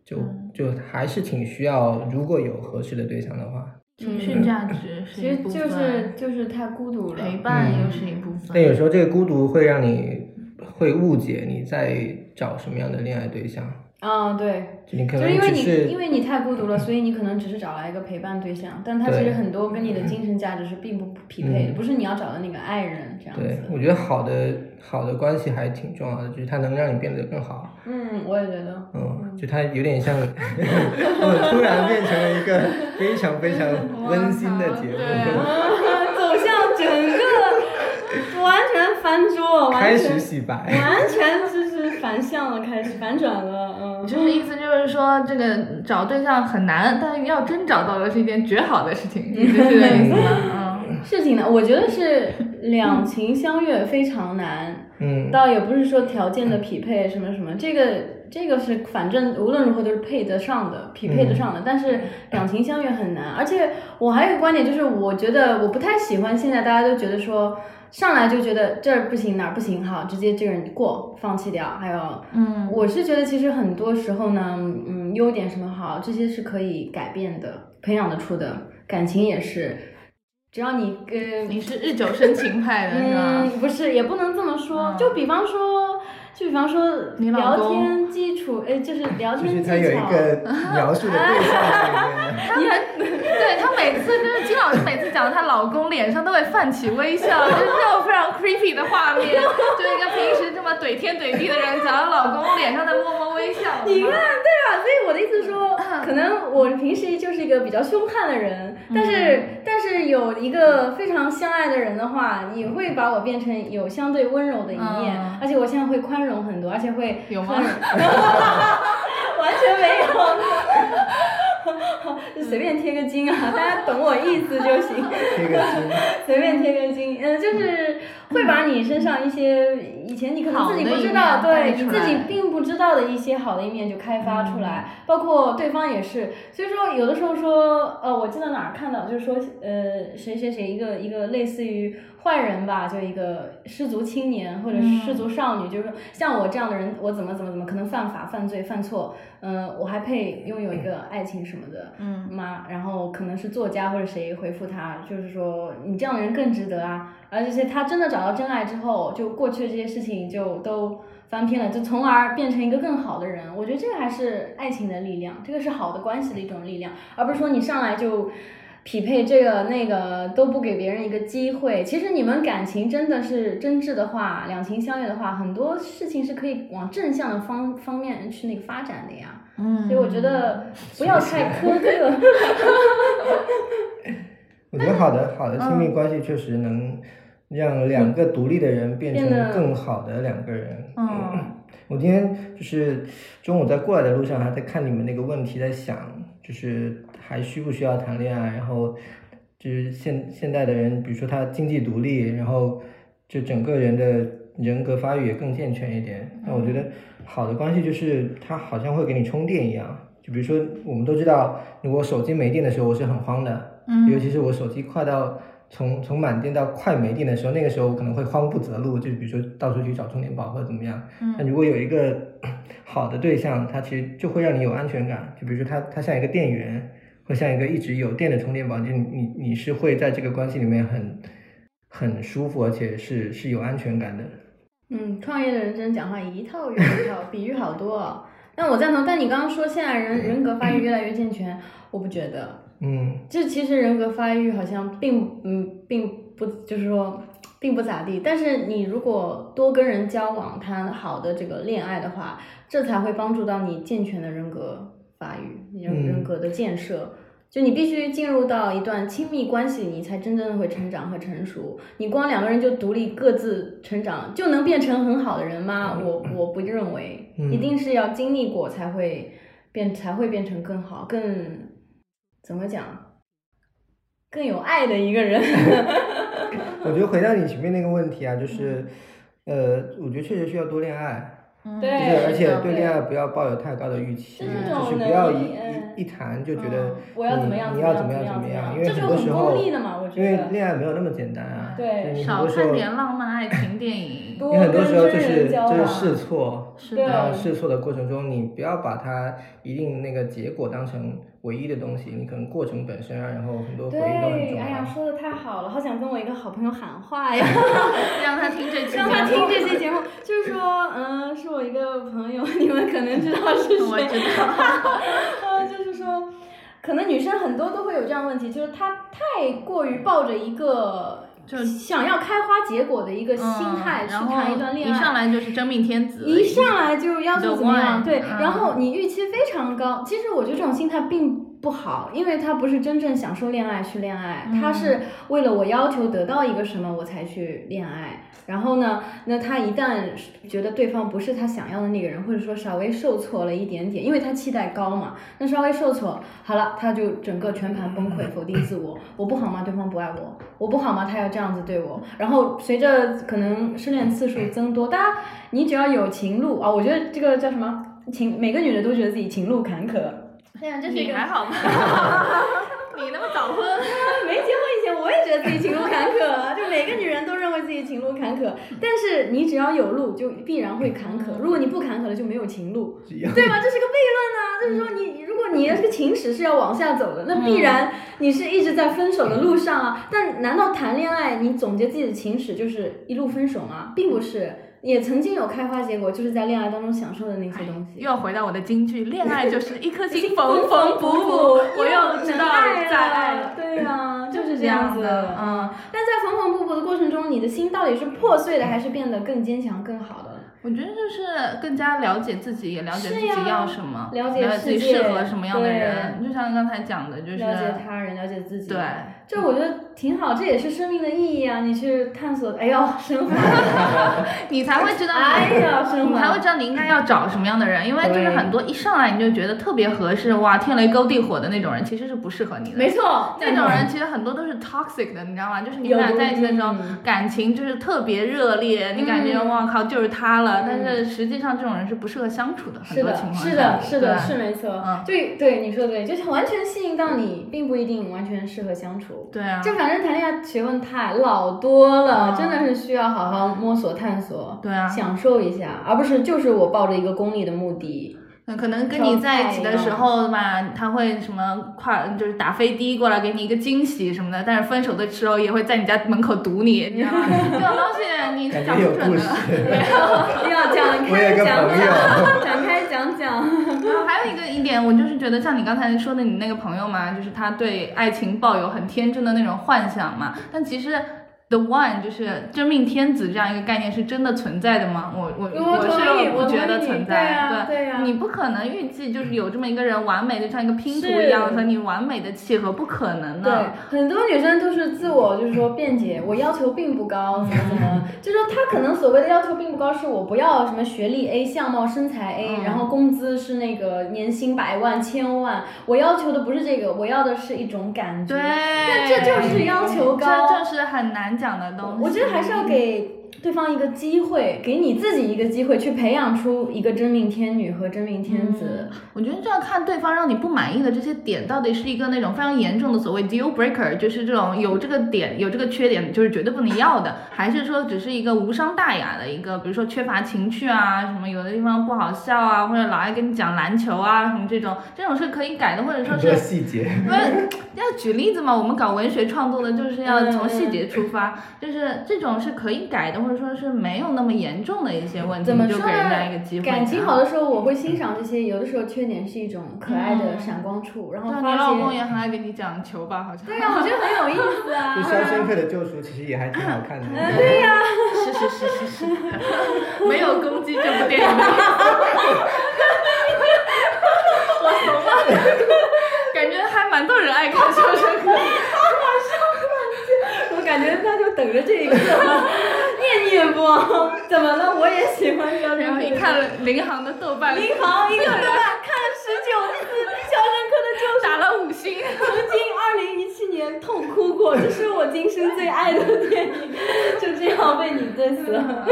Speaker 3: 就就还是挺需要，如果有合适的对象的话。
Speaker 2: 情绪价值是
Speaker 1: 其
Speaker 2: 一
Speaker 1: 实
Speaker 2: 部分，
Speaker 1: 就是就是太孤独了，
Speaker 2: 陪伴
Speaker 3: 嗯
Speaker 2: 又是一部分。
Speaker 3: 但有时候这个孤独会让你会误解你在找什么样的恋爱对象，
Speaker 1: 啊，对，
Speaker 3: 就你可
Speaker 1: 就是
Speaker 3: 能
Speaker 1: 因为
Speaker 3: 只
Speaker 1: 你
Speaker 3: 是
Speaker 1: 因为你太孤独了，所以你可能只是找来一个陪伴对象，但他其实
Speaker 3: 对
Speaker 1: 很多跟你的精神价值是并不匹配的，
Speaker 3: 嗯
Speaker 1: 不是你要找的那个爱人这样
Speaker 3: 对，
Speaker 1: 子。
Speaker 3: 我觉得好的好的关系还挺重要的，就是它能让你变得更好。
Speaker 1: 嗯，我也觉得。
Speaker 3: 嗯，就它有点像， 我突然变成了一个非常非常温馨的节目，
Speaker 2: 哇
Speaker 1: 走向整个完全翻桌，完
Speaker 3: 开始
Speaker 1: 全
Speaker 3: 洗白。
Speaker 1: 完全就是反向了，开始反转了，嗯，
Speaker 2: 就是意思就是说，这个找对象很难，但要真找到了是一件绝好的事情，你是这个意 思吗？嗯，
Speaker 1: 事情呢，我觉得是两情相悦非常难，
Speaker 3: 嗯，
Speaker 1: 倒也不是说条件的匹配什么什么，这个这个是反正无论如何都是配得上的，匹配得上的。但是两情相悦很难，而且我还有一个观点就是，我觉得我不太喜欢现在大家都觉得说上来就觉得这儿不行哪儿不行，好直接这个人过放弃掉。还有，
Speaker 2: 嗯，
Speaker 1: 我是觉得其实很多时候呢，嗯，优点什么好，这些是可以改变的，培养得出的，感情也是。只要你跟
Speaker 2: 你是日久生情派的是 吧？
Speaker 1: 嗯，不是，也不能这么说。
Speaker 2: 嗯
Speaker 1: 就比方说，就比方说
Speaker 2: 你老
Speaker 1: 聊
Speaker 2: 公
Speaker 1: 天基础，哎，就是聊
Speaker 3: 就是
Speaker 1: 天技
Speaker 3: 它有一
Speaker 1: 巧。
Speaker 3: 个 描述的对象在里面。
Speaker 2: 他很，对他每次就是金老师每次讲她老公脸上都会泛起微笑，就是那种非常 creepy 的画面，就是一个平时这么怼天怼地的人，讲到老公脸上在默默微笑。
Speaker 1: 你看，对吧？所以我的意思是说，
Speaker 2: 嗯
Speaker 1: 可能我平时就是一个比较凶悍的人，但是但是有一个非常相爱的人的话，也会把我变成有相对温柔的一面
Speaker 2: 嗯，
Speaker 1: 而且我现在会宽容很多，而且会
Speaker 2: 有吗
Speaker 1: 宽容完全没有， 就随便贴个金啊，大家懂我意思就行。
Speaker 3: 贴个金，
Speaker 1: 随便贴个金，嗯，就是会把你身上一些以前你可能自己不知道，
Speaker 2: 好的一
Speaker 1: 对你
Speaker 2: 面带出
Speaker 1: 自
Speaker 2: 来
Speaker 1: 己并不知道的一些好的一面就开发出来，包括对方也是。所以说，有的时候说，呃，我记得哪儿看到，就是说，呃，谁谁谁一个一个类似于坏人吧，就一个失足青年或者是失足少女，就是说像我这样的人，我怎么怎么怎么可能犯法、犯罪、犯错，嗯、我还配拥有一个爱情什么的，
Speaker 2: 嗯
Speaker 1: 妈，然后可能是作家或者谁回复他，就是说你这样的人更值得啊，而且是他真的找到真爱之后，就过去的这些事情就都翻篇了，就从而变成一个更好的人。我觉得这个还是爱情的力量，这个是好的关系的一种力量，而不是说你上来就。匹配这个那个都不给别人一个机会，其实你们感情真的是真挚的话，两情相悦的话，很多事情是可以往正向的方方面去那个发展的呀。
Speaker 2: 嗯
Speaker 1: 所以我觉得不要太苛刻。
Speaker 3: 我觉得好的好的亲密关系确实能让两个独立的人变成
Speaker 1: 变得
Speaker 3: 更好的两个人。
Speaker 2: 嗯
Speaker 3: 我今天就是中午在过来的路上，还在看你们那个问题，在想就是还需不需要谈恋爱，然后就是现现代的人，比如说他经济独立，然后就整个人的人格发育也更健全一点。那我觉得好的关系就是它好像会给你充电一样。就比如说我们都知道，如果手机没电的时候，我是很慌的，
Speaker 2: 嗯
Speaker 3: 尤其是我手机快到从从满电到快没电的时候，那个时候我可能会慌不择路，就比如说到处去找充电宝或者怎么样。那
Speaker 2: 嗯
Speaker 3: 如果有一个好的对象，他其实就会让你有安全感。就比如说他，他像一个电源，或像一个一直有电的充电宝，就你你你是会在这个关系里面很很舒服，而且是是有安全感的。
Speaker 1: 嗯，创业的人真讲话一套又一套，比喻好多、哦。那我赞同，但你刚刚说现在人人格发育越来越健全，我不觉得。
Speaker 3: 嗯，
Speaker 1: 这其实人格发育好像并嗯并不就是说并不咋地，但是你如果多跟人交往，谈好的这个恋爱的话，这才会帮助到你健全的人格发育，人、
Speaker 3: 嗯
Speaker 1: 人格的建设。就你必须进入到一段亲密关系，你才真正的会成长和成熟。你光两个人就独立各自成长，就能变成很好的人吗？我我不认为，
Speaker 3: 嗯
Speaker 1: 一定是要经历过才会变，才会变成更好，更怎么讲，更有爱的一个人。
Speaker 3: 嗯我觉得回到你前面那个问题啊，就是，呃，我觉得确实需要多恋爱，
Speaker 2: 嗯
Speaker 1: 对嗯
Speaker 3: 就是而且
Speaker 1: 是的
Speaker 3: 对恋爱不要抱有太高的预
Speaker 1: 就
Speaker 3: 期，
Speaker 1: 是
Speaker 3: 就
Speaker 1: 这种
Speaker 3: 是
Speaker 1: 能
Speaker 3: 不要
Speaker 1: 力
Speaker 3: 一
Speaker 1: 嗯
Speaker 3: 一一谈就觉得
Speaker 2: 嗯
Speaker 1: 我要怎么
Speaker 3: 你
Speaker 1: 样？
Speaker 3: 你
Speaker 1: 怎
Speaker 3: 要
Speaker 1: 么
Speaker 3: 怎么
Speaker 1: 样？
Speaker 3: 样
Speaker 1: 么
Speaker 3: 么
Speaker 1: 样？
Speaker 3: 因为
Speaker 1: 这就
Speaker 3: 很多
Speaker 1: 很
Speaker 3: 时候
Speaker 1: 功嗯利的嘛，我觉
Speaker 3: 因为
Speaker 1: 得。
Speaker 3: 恋爱没有那么简单啊，
Speaker 1: 对
Speaker 3: 就是你很
Speaker 2: 少
Speaker 3: 多时
Speaker 2: 看
Speaker 3: 候
Speaker 2: 点浪漫爱情电影。
Speaker 1: 多
Speaker 3: 你很多时候
Speaker 1: 跟
Speaker 3: 就
Speaker 1: 真
Speaker 3: 是
Speaker 1: 人交
Speaker 3: 就是
Speaker 1: 往，
Speaker 3: 试错，
Speaker 2: 是
Speaker 1: 对
Speaker 2: 的，
Speaker 3: 然后试错的过程中，你不要把它一定那个结果当成唯一的东西，你可能过程本身啊，然后很多回忆都很重
Speaker 1: 对，
Speaker 3: 要。
Speaker 1: 哎呀，说的太好了，好想跟我一个好朋友喊话呀。
Speaker 2: 让他听这期节
Speaker 1: 让
Speaker 2: 目，
Speaker 1: 他听这期节目，就是说，嗯，是我一个朋友，你们可能知道是
Speaker 2: 我
Speaker 1: 谁，
Speaker 2: 知道。
Speaker 1: 呃， 就是说，可能女生很多都会有这样的问题，就是她太过于抱着一个
Speaker 2: 就
Speaker 1: 想要开花结果的一个心态
Speaker 2: 嗯
Speaker 1: 去
Speaker 2: 然后
Speaker 1: 谈一段恋
Speaker 2: 一上
Speaker 1: 爱。
Speaker 2: 来就是真命天子，
Speaker 1: 一上来就要求怎么样？
Speaker 2: The one，
Speaker 1: 对，
Speaker 2: 嗯
Speaker 1: 然后你预期非常高。其实我觉得这种心态并不好，因为他不是真正享受恋爱去恋爱，
Speaker 2: 嗯
Speaker 1: 他是为了我要求得到一个什么我才去恋爱。然后呢，那他一旦觉得对方不是他想要的那个人，或者说稍微受挫了一点点，因为他期待高嘛，那稍微受挫，好了，他就整个全盘 崩溃，否定自我，我不好吗？对方不爱我，我不好吗？他要这样子对我。然后随着可能失恋次数增多，大家你只要有情路啊、我觉得这个叫什么情，每个女人都觉得自己情路坎坷。 对 呀、这是一
Speaker 2: 你
Speaker 1: 个
Speaker 2: 还好吗？你那么早婚，
Speaker 1: 没结婚以前，我也觉得自己情路坎坷，啊就每个女人都认为自己情路坎坷。但是你只要有路，就必然会坎坷。如果你不坎坷了，就没有情路，
Speaker 3: 只要
Speaker 1: 对吧？这是个悖论啊，就是说你如果你的这个情史是要往下走的，那必然你是一直在分手的路上啊。但难道谈恋爱你总结自己的情史就是一路分手吗？并不是，也曾经有开花结果，就是在恋爱当中享受的那些东西。
Speaker 2: 又要回到我的金句：恋爱就是一颗心
Speaker 1: 缝缝
Speaker 2: 缝缝
Speaker 1: 补
Speaker 2: 补
Speaker 1: 补
Speaker 2: 补，，
Speaker 1: 我
Speaker 2: 我
Speaker 1: 又
Speaker 2: 又
Speaker 1: 知
Speaker 2: 知
Speaker 1: 道
Speaker 2: 道
Speaker 1: 再
Speaker 2: 再
Speaker 1: 爱
Speaker 2: 爱
Speaker 1: 了。
Speaker 2: 了。
Speaker 1: 对呀、就是
Speaker 2: 是
Speaker 1: 这
Speaker 2: 这
Speaker 1: 样
Speaker 2: 样
Speaker 1: 子
Speaker 2: 子
Speaker 1: 嗯
Speaker 2: 嗯，
Speaker 1: 但在缝缝补补的过程中，你的心到底是破碎的，还是变得更坚强、更好的？
Speaker 2: 我觉得就是更加了解自己，也了解自
Speaker 1: 是呀
Speaker 2: 己要什么，
Speaker 1: 了
Speaker 2: 了
Speaker 1: 解
Speaker 2: 自己
Speaker 1: 世界
Speaker 2: 适合什么样的人。就像刚才讲的，就是
Speaker 1: 了解他人，了解自己。
Speaker 2: 对，
Speaker 1: 这我觉得挺好，这也是生命的意义啊！你去探索，哎呦，升 华，
Speaker 2: 你才会知道，
Speaker 1: 哎呀，升
Speaker 2: 你才
Speaker 1: 华
Speaker 2: 会知。道你应该要找什么样的人。因为就是
Speaker 3: 对
Speaker 2: 很多一上来你就觉得特别合适，哇，天雷勾地火的那种人，其实是不适合你的。
Speaker 1: 没错，
Speaker 2: 那种人其实很多都是 toxic 的，你知道吗？就是你们
Speaker 1: 嗯有
Speaker 2: 俩
Speaker 1: 毒
Speaker 2: 在一起的时候
Speaker 1: 嗯，
Speaker 2: 感情就是特别热烈，你感觉
Speaker 1: 嗯
Speaker 2: 哇靠就是他了，
Speaker 1: 嗯
Speaker 2: 但是实际上这种人是不适合相处的，很
Speaker 1: 是
Speaker 2: 多
Speaker 1: 的
Speaker 2: 情，况下。
Speaker 1: 是的，是的，
Speaker 2: 对
Speaker 1: 是没错
Speaker 2: 嗯。
Speaker 1: 对，对，你说的对，就是完全吸引到你，并不一定完全适合相处。
Speaker 2: 对啊，
Speaker 1: 就反正谈恋爱学问太老多了，
Speaker 2: 嗯
Speaker 1: 真的是需要好好摸索探索，
Speaker 2: 对啊，
Speaker 1: 享受一下，而不是就是我抱着一个功利的目 的。
Speaker 2: 那可能跟你在一起的时候吧，他会什么跨就是打飞的过来给你一个惊喜什么的，但是分手的时候也会在你家门口堵你，你知道吗？ 这种东西你是
Speaker 3: 感
Speaker 2: 讲
Speaker 3: 觉
Speaker 2: 不
Speaker 3: 有
Speaker 2: 准
Speaker 3: 故事
Speaker 2: 的。，
Speaker 1: 要展
Speaker 3: 我有
Speaker 1: 开
Speaker 3: 一个
Speaker 1: 讲
Speaker 3: 朋
Speaker 1: 讲，展开讲讲。
Speaker 2: 然后还有一个一点，我就是觉得像你刚才说的，你那个朋友嘛，就是他对爱情抱有很天真的那种幻想嘛，但其实 The One 就是真命天子这样一个概念是真的存在的吗？我我
Speaker 1: 我同意
Speaker 2: 是
Speaker 1: 我
Speaker 2: 不觉得
Speaker 1: 同意
Speaker 2: 存
Speaker 1: 对
Speaker 2: 在，
Speaker 1: 啊对啊
Speaker 2: 你不可能预计就是有这么一个人完美的像一个拼图
Speaker 1: 是
Speaker 2: 一样和你完美的契合，不可能
Speaker 1: 对
Speaker 2: 的。，
Speaker 1: 很多女生都是自
Speaker 2: 嗯
Speaker 1: 我就是说辩解，我要求并不高， 怎么怎么，就是说她可能所谓的要求并不高，是我不要什么学历 A、相貌身材 A，、
Speaker 2: 嗯
Speaker 1: 然后工资是那个年薪百万千万，我要求的不是这个，我要的是一种感觉。
Speaker 2: 对，
Speaker 1: 但这就是要求高
Speaker 2: 这就是很难讲的东西。
Speaker 1: 我觉得还是要给对方一个机会，给你自己一个机会，去培养出一个真命天女和真命天子。
Speaker 2: 我觉得这要看对方让你不满意的这些点到底是一个那种非常严重的所谓 deal breaker，就是这种有这个点有这个缺点就是绝对不能要的，还是说只是一个无伤大雅的一个，比如说缺乏情趣啊，什么有的地方不好笑啊，或者老爱跟你讲篮球啊什么这种，这种是可以改的，或者说
Speaker 3: 很
Speaker 2: 是
Speaker 3: 多细节。
Speaker 2: 因为要举例子嘛，我们搞文学创作的，就是
Speaker 1: 嗯
Speaker 2: 要从细节出发，就是这种是可以改的，或者说是没有那么严重的一些问题，
Speaker 1: 怎么
Speaker 2: 你
Speaker 1: 说
Speaker 2: 就
Speaker 1: 呢
Speaker 2: 给人家一个机会。啊
Speaker 1: 感情好，的时候，我会欣赏这些。有的时候缺点是一种可爱的
Speaker 2: 嗯
Speaker 1: 闪光处，然后
Speaker 2: 对，
Speaker 1: 发
Speaker 2: 你
Speaker 1: 现
Speaker 2: 老公也很爱给你讲球吧，好像。
Speaker 1: 对啊呀、我觉得很有意思
Speaker 3: 就《
Speaker 1: 啊。
Speaker 3: 肖申克的救赎》其实也还挺好看的。
Speaker 2: 是是是是是， 没有攻击这部电影的意思。 我怂了， 感觉还蛮多人爱看《肖申克》。
Speaker 1: 我感觉他就等着这一刻，念念不忘。怎么了？我也喜欢肖申
Speaker 2: 然后
Speaker 1: 克。
Speaker 2: 一看了林航的豆瓣，
Speaker 1: 林航一个人看了十九次《肖申克的救赎
Speaker 2: 打了五 星。》，
Speaker 1: 曾经二零一七年痛哭过，这是我今生最爱的电影，就这样被你 diss 了。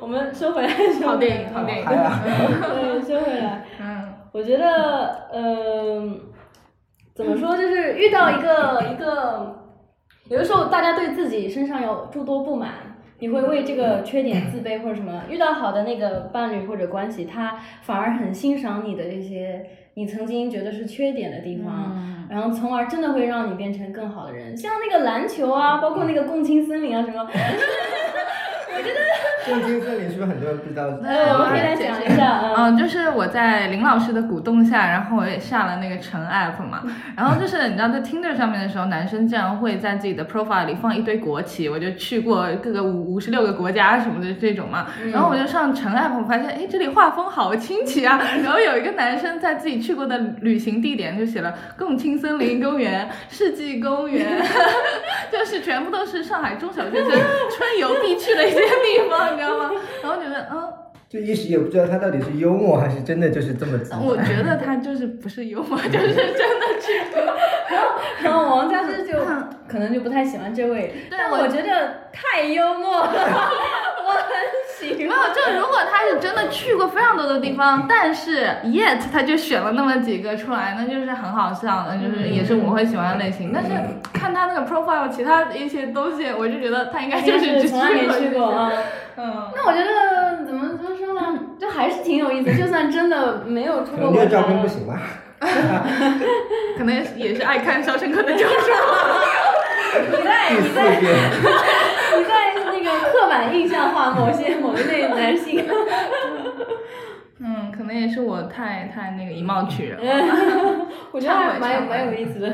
Speaker 1: 我们说回来，说
Speaker 2: 嗯好
Speaker 1: 回
Speaker 2: 电
Speaker 1: 来
Speaker 2: 影，好电影。
Speaker 3: 还有
Speaker 1: 对，说回来。
Speaker 2: 嗯。
Speaker 1: 我觉得，嗯、怎么说，就是遇到一个一个，有的时候大家对自己身上有诸多不满，你会为这个缺点自卑或者什么。遇到好的那个伴侣或者关系，他反而很欣赏你的这些你曾经觉得是缺点的地方。
Speaker 2: 嗯
Speaker 1: 然后，从而真的会让你变成更好的人，像那个篮球啊，包括那个共青森林啊什么，
Speaker 3: 《正经森林》是不是很多人不知道？
Speaker 1: 呃，我们可以来讲一下啊。
Speaker 2: 嗯，就是我在林老师的鼓动下，然后我也下了那个橙 app 嘛，然后就是你知道在 Tinder 上面的时候，男生竟然会在自己的 profile 里放一堆国旗，我就去过各个五五十六个国家什么的这种嘛，然后我就上橙 app，我发现哎这里画风好清奇啊，然后有一个男生在自己去过的旅行地点就写了共青森林公园、世纪公园，就是全部都是上海中小学生春游必去的一些地方，你知道吗？然后觉得嗯。
Speaker 3: 就一时也不知道他到底是幽默还是真的就是这么
Speaker 1: 呃
Speaker 3: 直白。
Speaker 2: 我觉得他就是不是幽默，就是 真的去。
Speaker 1: 然后王佳芝就可能就不太喜欢这位，但
Speaker 2: 我
Speaker 1: 嗯我觉得太幽 默了，我很喜
Speaker 2: 没
Speaker 1: 欢。
Speaker 2: 有，就如果他是真的去过非常多的地方，但是 yet 他就选了那么几个出来，那就是很好笑的，就是也是我会喜欢的类型。但是
Speaker 1: 嗯
Speaker 2: 看他那个 profile 其他的一些东西，我就觉得他应该就
Speaker 1: 就是
Speaker 2: 只
Speaker 1: 从来没去 过
Speaker 2: 过。
Speaker 1: 啊。
Speaker 2: 嗯，
Speaker 1: 那我觉得怎么怎么说呢，就还是挺有意思。就算真的没有出
Speaker 3: 可
Speaker 1: 过
Speaker 3: 能
Speaker 1: 国
Speaker 3: 因
Speaker 1: 家
Speaker 3: 为照片不行吧。
Speaker 2: 可能也是也是爱看《肖申克的救赎》。
Speaker 1: 你 在
Speaker 3: 第
Speaker 1: 你
Speaker 3: 四
Speaker 1: 在
Speaker 3: 遍，
Speaker 1: 你在那个刻板印象化某些某一类男性。
Speaker 2: 嗯，可能也是我太太那个以貌取人了。
Speaker 1: 我觉得还蛮有蛮有意思的。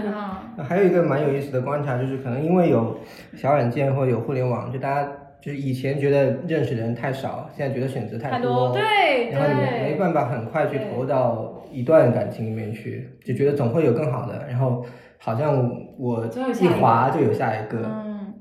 Speaker 2: 嗯，
Speaker 3: 还有一个蛮有意思的观察，就是可能因为有小软件或者有互联网，就大家就是以前觉得认识的人太少，现在觉得选择太多，
Speaker 1: 对
Speaker 3: 然后你没
Speaker 1: 对。
Speaker 3: 办法很快去投入到一段感情里面去，就觉得总会有更好的，然后好像我
Speaker 1: 总有下
Speaker 3: 一
Speaker 1: 一个
Speaker 3: 滑就有下一个，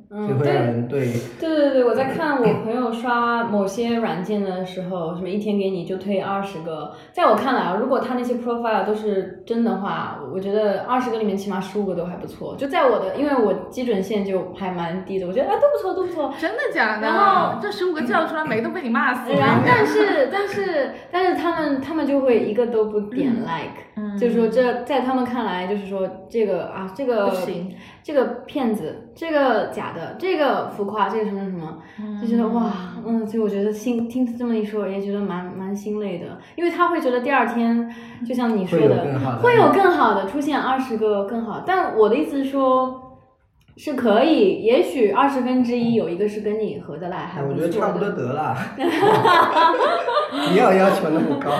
Speaker 3: 就
Speaker 1: 嗯，
Speaker 3: 会
Speaker 1: 对
Speaker 3: 让人对
Speaker 1: 对对对，我在看我朋友刷某些软件的时候，什么一天给你就推二十个，在我看来啊，如果他那些 profile 都是真的话，我觉得二十个里面起码十五个都还不错。就在我的，因为我基准线就还蛮低的，我觉得啊都不错，都不错。
Speaker 2: 真的假的？
Speaker 1: 然后嗯
Speaker 2: 这十五个叫出来，每个都被你骂死。
Speaker 1: 然后，但是，但是，但是他们他们就会一个都不点 like，、
Speaker 2: 嗯
Speaker 1: 就是说这在他们看来，就是说这个啊，这个
Speaker 2: 不行，
Speaker 1: 这个骗子，这个假的，这个浮夸，这个什么什么，就觉得哇，嗯，所以我觉得心听这么一说，也觉得蛮蛮心累的，因为他会觉得第二天，就像你说
Speaker 3: 会有
Speaker 1: 的，
Speaker 3: 更好的，
Speaker 1: 会有更好的出现，二十个更好。但我的意思是说，是可以，也许二十分之一有一个是跟你合得来，还
Speaker 3: 哎我
Speaker 1: 不
Speaker 3: 觉
Speaker 1: 错
Speaker 3: 得差不多
Speaker 1: 的。
Speaker 3: 得 了， 不要要求那么高。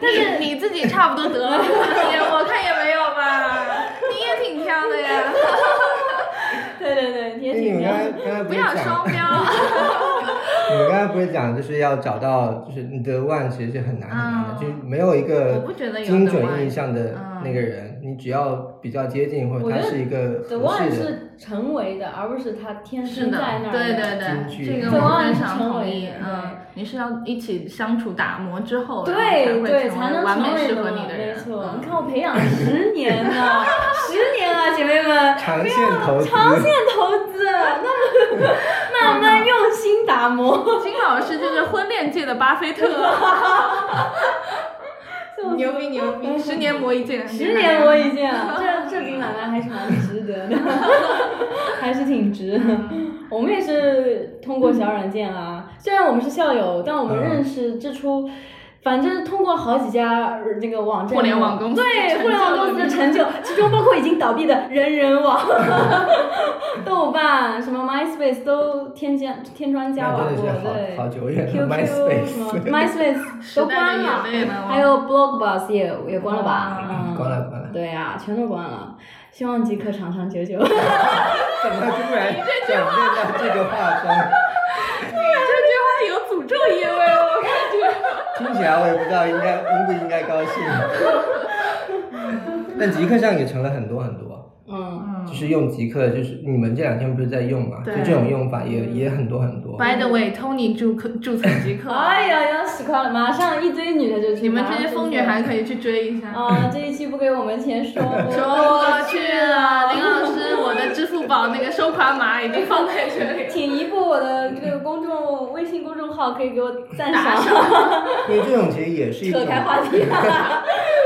Speaker 2: 但是你自己差不多得 了，我看也我看也没有吧，你也挺挑的呀。
Speaker 1: 对 对对对，
Speaker 3: 因
Speaker 1: 也
Speaker 3: 为你
Speaker 1: 挺
Speaker 3: 们刚
Speaker 1: 妙
Speaker 3: 才。刚
Speaker 2: 不
Speaker 3: 才是
Speaker 2: 要双
Speaker 3: 讲
Speaker 2: 标。
Speaker 3: 你们刚才不是讲，就是要找到，就是你的 one 其实是很难很难的，
Speaker 2: 嗯
Speaker 3: 就是没有一
Speaker 2: 我
Speaker 3: 个
Speaker 2: 不觉得有
Speaker 3: 精
Speaker 2: the
Speaker 3: 准
Speaker 2: one
Speaker 3: 意义上的那个人，你只要比较接近或者
Speaker 1: 我觉
Speaker 3: 他
Speaker 1: 得
Speaker 3: 是一个
Speaker 1: The
Speaker 3: 合
Speaker 1: one
Speaker 3: 适的，
Speaker 1: 是成为的，而不是他天
Speaker 2: 是
Speaker 1: 生
Speaker 2: 的
Speaker 1: 在那，儿。
Speaker 2: 对对
Speaker 3: 京
Speaker 2: 对，
Speaker 3: 剧
Speaker 2: 这个我
Speaker 1: 对
Speaker 2: 非常同
Speaker 1: 成为
Speaker 2: 意
Speaker 1: 对。
Speaker 2: 嗯，你是要一起相处打磨之后，然后
Speaker 1: 对对，才
Speaker 2: 才会成为
Speaker 1: 能
Speaker 2: 完
Speaker 1: 成
Speaker 2: 美
Speaker 1: 为
Speaker 2: 适合你的
Speaker 1: 没
Speaker 2: 人。
Speaker 1: 错，
Speaker 2: 嗯
Speaker 1: 你看我培养了十年了，十年 了，姐妹们，
Speaker 3: 长线投资。
Speaker 1: 长线投资，那么 慢慢用心打磨，
Speaker 2: 金老师就是婚恋界的巴 菲特，牛逼牛 逼， 十年磨一剑，
Speaker 1: 十年磨一剑啊，这这笔买卖还是蛮值得的， 还是挺值。
Speaker 2: 嗯
Speaker 1: 我们也是通过小软件啊，虽然我们是校友，但我们
Speaker 3: 嗯
Speaker 1: 认识之初。反正通过好几家呃这个网站，
Speaker 2: 互联网公司
Speaker 1: 对
Speaker 2: 成就
Speaker 1: 互联网公司的成就，其中包括已经倒闭的人人网、豆瓣、什么 MySpace 都添加添砖加瓦
Speaker 3: 那真
Speaker 1: 过，
Speaker 3: 的是好
Speaker 1: 对
Speaker 3: 好久远
Speaker 1: QQ
Speaker 3: 了
Speaker 1: 什 么
Speaker 3: ，MySpace，
Speaker 1: MySpace
Speaker 2: 时
Speaker 1: 都
Speaker 2: 代
Speaker 1: 关
Speaker 2: 的眼
Speaker 1: 了，
Speaker 2: 泪呢？
Speaker 1: 还有 Blogbus 也也关了吧？嗯，
Speaker 3: 关了关了，
Speaker 1: 对啊，全都关了。希望即刻长长久 久。
Speaker 3: 怎么突然转变到这个话风？
Speaker 2: 这句 话有诅咒意味，我感觉。
Speaker 3: 听起来我也不知道应该应不应该高兴。但极客上也成了很多很多，
Speaker 1: 嗯，
Speaker 3: 就是用极客，就是你们这两天不是在用嘛？就
Speaker 2: 对
Speaker 3: 这种用法也也很多很多。
Speaker 2: By the way，Tony 注册注册即 刻，
Speaker 1: 哎呀，要死快了，马上一堆女的就去。
Speaker 2: 你们这些疯女孩可以去追一下。
Speaker 1: 啊，这一期不给我们钱说
Speaker 2: 说过哦去了，林老师， 我的支付宝那个收款码已经放在这里。
Speaker 1: 请移步我的这个公众微信公众号，可以给我赞
Speaker 2: 打
Speaker 1: 赏。
Speaker 3: 因为这种其实也是一种
Speaker 1: 扯开话题，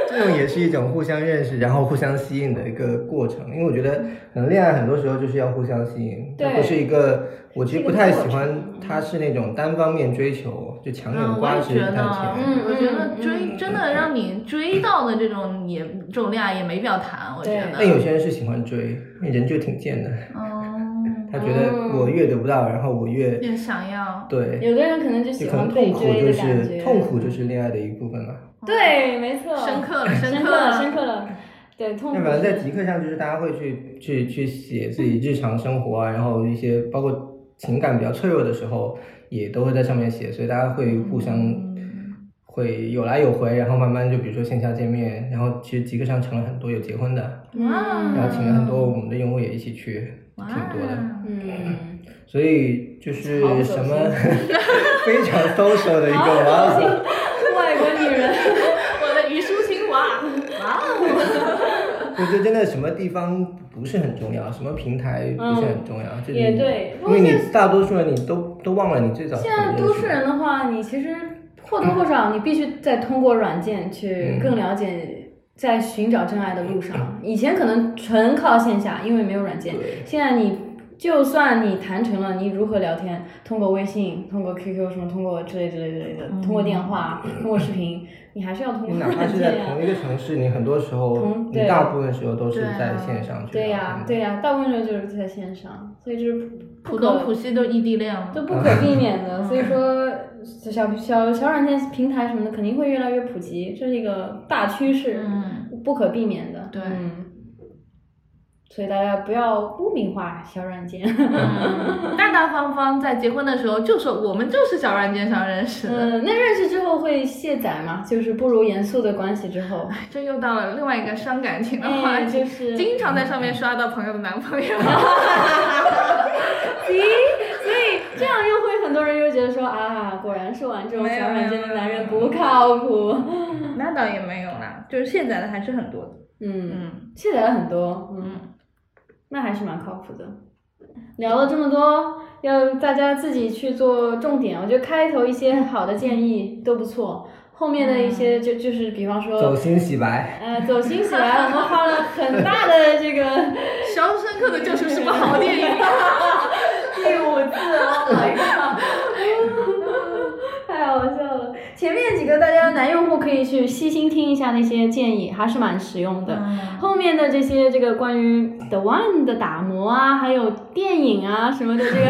Speaker 3: 这种也是一种互相认识，然后互相吸引的一个过程。因为我觉得，可能恋爱很多时候就是要互相吸引，
Speaker 1: 对
Speaker 3: 它不是一个。我其实不太喜
Speaker 1: 是一个过
Speaker 3: 欢
Speaker 1: 程，嗯
Speaker 3: 它是那种单方面追求，就强
Speaker 2: 嗯，
Speaker 3: 扭
Speaker 2: 我
Speaker 3: 瓜
Speaker 2: 也
Speaker 3: 子
Speaker 2: 觉
Speaker 3: 不
Speaker 2: 得
Speaker 3: 太甜。，
Speaker 1: 嗯
Speaker 2: 嗯我觉得追真的让你追到的这种也这种恋爱也没必要谈，我觉
Speaker 3: 但
Speaker 2: 得。
Speaker 3: 有些人是喜欢追，人就挺贱的，
Speaker 2: 嗯，
Speaker 3: 他觉得我越得不到，然后我越
Speaker 2: 也想要。
Speaker 3: 对，
Speaker 1: 有的人可能就
Speaker 3: 就
Speaker 1: 喜
Speaker 3: 可能
Speaker 1: 欢被
Speaker 3: 痛苦
Speaker 1: 追
Speaker 3: 就
Speaker 1: 的感
Speaker 3: 是
Speaker 1: 觉。
Speaker 3: 痛苦就是恋爱的一部分嘛。
Speaker 1: 对，没错。
Speaker 2: 深刻 了，
Speaker 1: 深
Speaker 2: 刻
Speaker 1: 了，深刻了。对，痛苦
Speaker 3: 那
Speaker 1: 是。
Speaker 3: 反正在极客上，就是大家会去去去写自己日常生活啊，然后一些包括情感比较脆弱的时候，也都会在上面写，所以大家会互相
Speaker 1: 嗯
Speaker 3: 会有来有回，然后慢慢就比如说线下见面，然后其实极客上成了很多有结婚的，
Speaker 1: 嗯
Speaker 3: 然后请了很多我们的用户也一起去，
Speaker 2: 哇
Speaker 3: 挺多的，
Speaker 1: 嗯，
Speaker 3: 所以就是
Speaker 1: 好恶心
Speaker 3: 什么非常 social 的一个
Speaker 1: 好
Speaker 3: 网友。
Speaker 1: 外国女人。
Speaker 2: 我的虞书欣哇，哇哦！
Speaker 3: 我觉得真的什么地方不是很重要，什么平台不是很重要，这
Speaker 1: 也对不
Speaker 3: 因
Speaker 1: 过
Speaker 3: 为
Speaker 1: 现
Speaker 3: 你大多数人你都都忘了你最早是
Speaker 1: 现
Speaker 3: 怎么
Speaker 1: 在都市
Speaker 3: 认识
Speaker 1: 人
Speaker 3: 的
Speaker 1: 的话，你其实或多或少你必须再通过软件
Speaker 3: 嗯
Speaker 1: 去更了解，在寻找真爱的路 上。以前可能纯靠线下，因为没有软件。
Speaker 3: 对
Speaker 1: 现在你就算你谈成了，你如何聊天？通过微信，通过 QQ 什么，通过之类之类之类的，通过电话，通过视 频，你还是要通过
Speaker 3: 你哪怕
Speaker 1: 软
Speaker 3: 是在
Speaker 1: 件呀。
Speaker 3: 同一个城市，你很多时候
Speaker 1: 同，对
Speaker 3: 你大部分时候都是
Speaker 2: 对啊
Speaker 3: 在线上去。
Speaker 1: 对呀、对呀、大部分时候就是在线上，所以就是不
Speaker 2: 浦
Speaker 1: 可
Speaker 2: 东浦西都异地恋了
Speaker 1: 都。不可避免的，所以说小小小软件平台什么的肯定会越来越普及，这是一个大趋势，
Speaker 2: 嗯
Speaker 1: 不可避免的。
Speaker 2: 对
Speaker 1: 嗯所以大家不要污名化小软件。
Speaker 2: 嗯，大大方方在结婚的时候就说我们就是小软件上认识的，
Speaker 1: 嗯，那认识之后会卸载吗？就是步入严肃的关系之 后，
Speaker 2: 这又到了另外一个伤感情的话
Speaker 1: 哎，
Speaker 2: 题。
Speaker 1: 就是
Speaker 2: 经常在上面刷到朋友的男朋友，
Speaker 1: 咦，所以这样又会很多人又觉得说啊，果然是玩这种小软件的男人不靠谱。
Speaker 2: 那倒也没有啦，就是现在的还是很多的。
Speaker 1: 嗯，
Speaker 2: 嗯，
Speaker 1: 卸载了很多，嗯，那还是蛮靠谱的。聊了这么多，要大家自己去做重点。我觉得开头一些好的建议都不错，后面的一些就就是比方
Speaker 3: 走
Speaker 1: 说，
Speaker 3: 心洗白，
Speaker 1: 呃，走心起来，我们花了很大的这个
Speaker 2: 《肖申克的救赎》是部好电影，
Speaker 1: 第五次，Oh my god！太好笑了。前面几个大家男用户可以去细心听一下那些建议，还是蛮实用的。
Speaker 2: 嗯
Speaker 1: 后面的这些这个关于 The One 的打磨啊，还有电影啊什么的，这个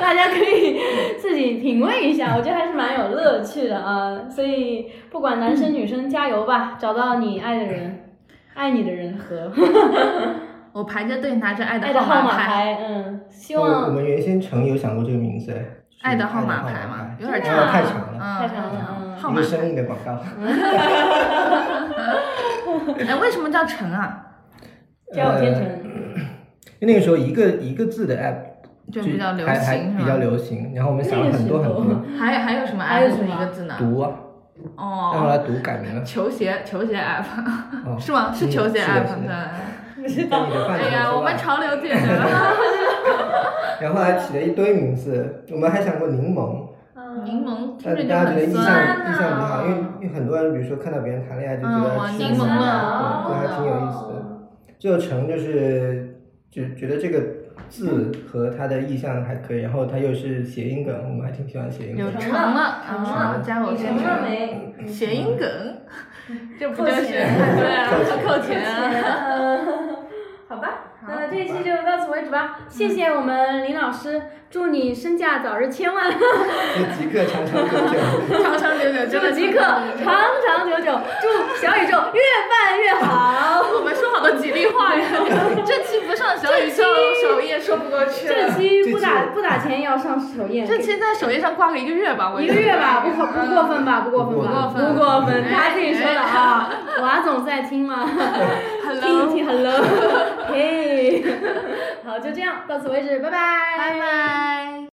Speaker 1: 大家可以自己品味一下，我觉得还是蛮有乐趣的啊。所以不管男生女生，加油吧，找到你爱的人，爱你的人和。
Speaker 2: 我排着队拿着爱
Speaker 1: 爱
Speaker 2: 的
Speaker 1: 的
Speaker 2: 号
Speaker 1: 号
Speaker 2: 码
Speaker 1: 码
Speaker 2: 牌，
Speaker 1: 牌，嗯，希
Speaker 3: 我我
Speaker 1: 望
Speaker 3: 们原先曾有想过这个名字，就是
Speaker 2: 爱的号码
Speaker 3: 爱
Speaker 2: 牌嘛，
Speaker 3: 码牌哎
Speaker 2: 有点
Speaker 1: 真的
Speaker 2: 长，
Speaker 1: 啊
Speaker 3: 太长了，
Speaker 2: 嗯，
Speaker 1: 太长了嗯
Speaker 2: 号
Speaker 3: 一
Speaker 2: 码
Speaker 3: 个生硬的广告。
Speaker 2: 哎，为什么叫陈啊？
Speaker 1: 叫天
Speaker 3: 呃，
Speaker 1: 成，
Speaker 3: 因为那个时候一个一个字的 app
Speaker 2: 就比较流
Speaker 3: 还还
Speaker 2: 行，
Speaker 3: 比较
Speaker 2: 是吧。
Speaker 3: 流行，然后我们想了很多
Speaker 1: 那个
Speaker 3: 很
Speaker 1: 时候
Speaker 3: 多，
Speaker 2: 还有还有什么 app
Speaker 1: 还有
Speaker 2: 是
Speaker 1: 什么
Speaker 2: 一个字呢？
Speaker 3: 读啊，但后
Speaker 2: 哦，
Speaker 3: 来读改名了。
Speaker 2: 球鞋球鞋 app
Speaker 3: 哦
Speaker 2: 是吗？是
Speaker 3: 嗯
Speaker 2: 球
Speaker 3: 是
Speaker 2: 鞋
Speaker 3: 的
Speaker 2: app
Speaker 3: 是的
Speaker 2: 对。
Speaker 1: 不知
Speaker 3: 在
Speaker 1: 道
Speaker 3: 你的 范畴
Speaker 2: 哎
Speaker 3: 之
Speaker 2: 呀，
Speaker 3: 外
Speaker 2: 我们潮流界的
Speaker 3: 然后还起了一堆名字，我们还想过柠呃檬，
Speaker 1: 嗯
Speaker 2: 柠檬听
Speaker 3: 但
Speaker 2: 着就
Speaker 3: 大家觉得
Speaker 2: 很
Speaker 3: 印象
Speaker 2: 酸
Speaker 3: 印象不好，因为
Speaker 2: 啊。
Speaker 3: 因为很多人比如说看到别人谈恋爱就觉
Speaker 2: 嗯
Speaker 3: 得
Speaker 2: 哇
Speaker 3: 吃
Speaker 2: 柠檬
Speaker 3: 酸
Speaker 2: 啊
Speaker 3: 嗯对，还挺有意思
Speaker 1: 嗯
Speaker 3: 的。最后成就是就觉得这个字和它的意象还可以，然后它又是谐音梗，我们还挺喜欢谐音
Speaker 2: 有
Speaker 3: 梗。
Speaker 2: 成
Speaker 1: 成了
Speaker 2: 了啊！
Speaker 1: 成
Speaker 2: 加我
Speaker 1: 你
Speaker 2: 先
Speaker 1: 成了没？
Speaker 2: 谐音梗，这不就是
Speaker 1: 扣钱
Speaker 2: 对啊？
Speaker 3: 扣
Speaker 2: 扣钱啊！
Speaker 1: 嗯 好吧，那这一期就到此为止吧。谢谢我们林老师，祝你身价早日千万，
Speaker 3: 就即刻长长久久。
Speaker 2: 长长久久，
Speaker 1: 祝
Speaker 2: 真的
Speaker 1: 极客长长久久，祝小宇宙越办越好。
Speaker 2: 我们说好的吉利 话呀！这期不上小宇宙首页说不过去
Speaker 1: 这
Speaker 2: 了。
Speaker 1: 期不打不打钱也要上首页，
Speaker 2: 这期在首页上挂个一个月吧，我
Speaker 1: 一
Speaker 2: 觉
Speaker 1: 个
Speaker 2: 得
Speaker 1: 月吧，不好不过分吧，不过分吧，
Speaker 2: 嗯不过分
Speaker 1: 不过分，
Speaker 2: 哎
Speaker 1: 他自己说的啊。瓦总在听吗？听
Speaker 2: Hello，
Speaker 1: 听，hello，嘿，好，就这样，到此为止，拜拜，
Speaker 2: 拜拜。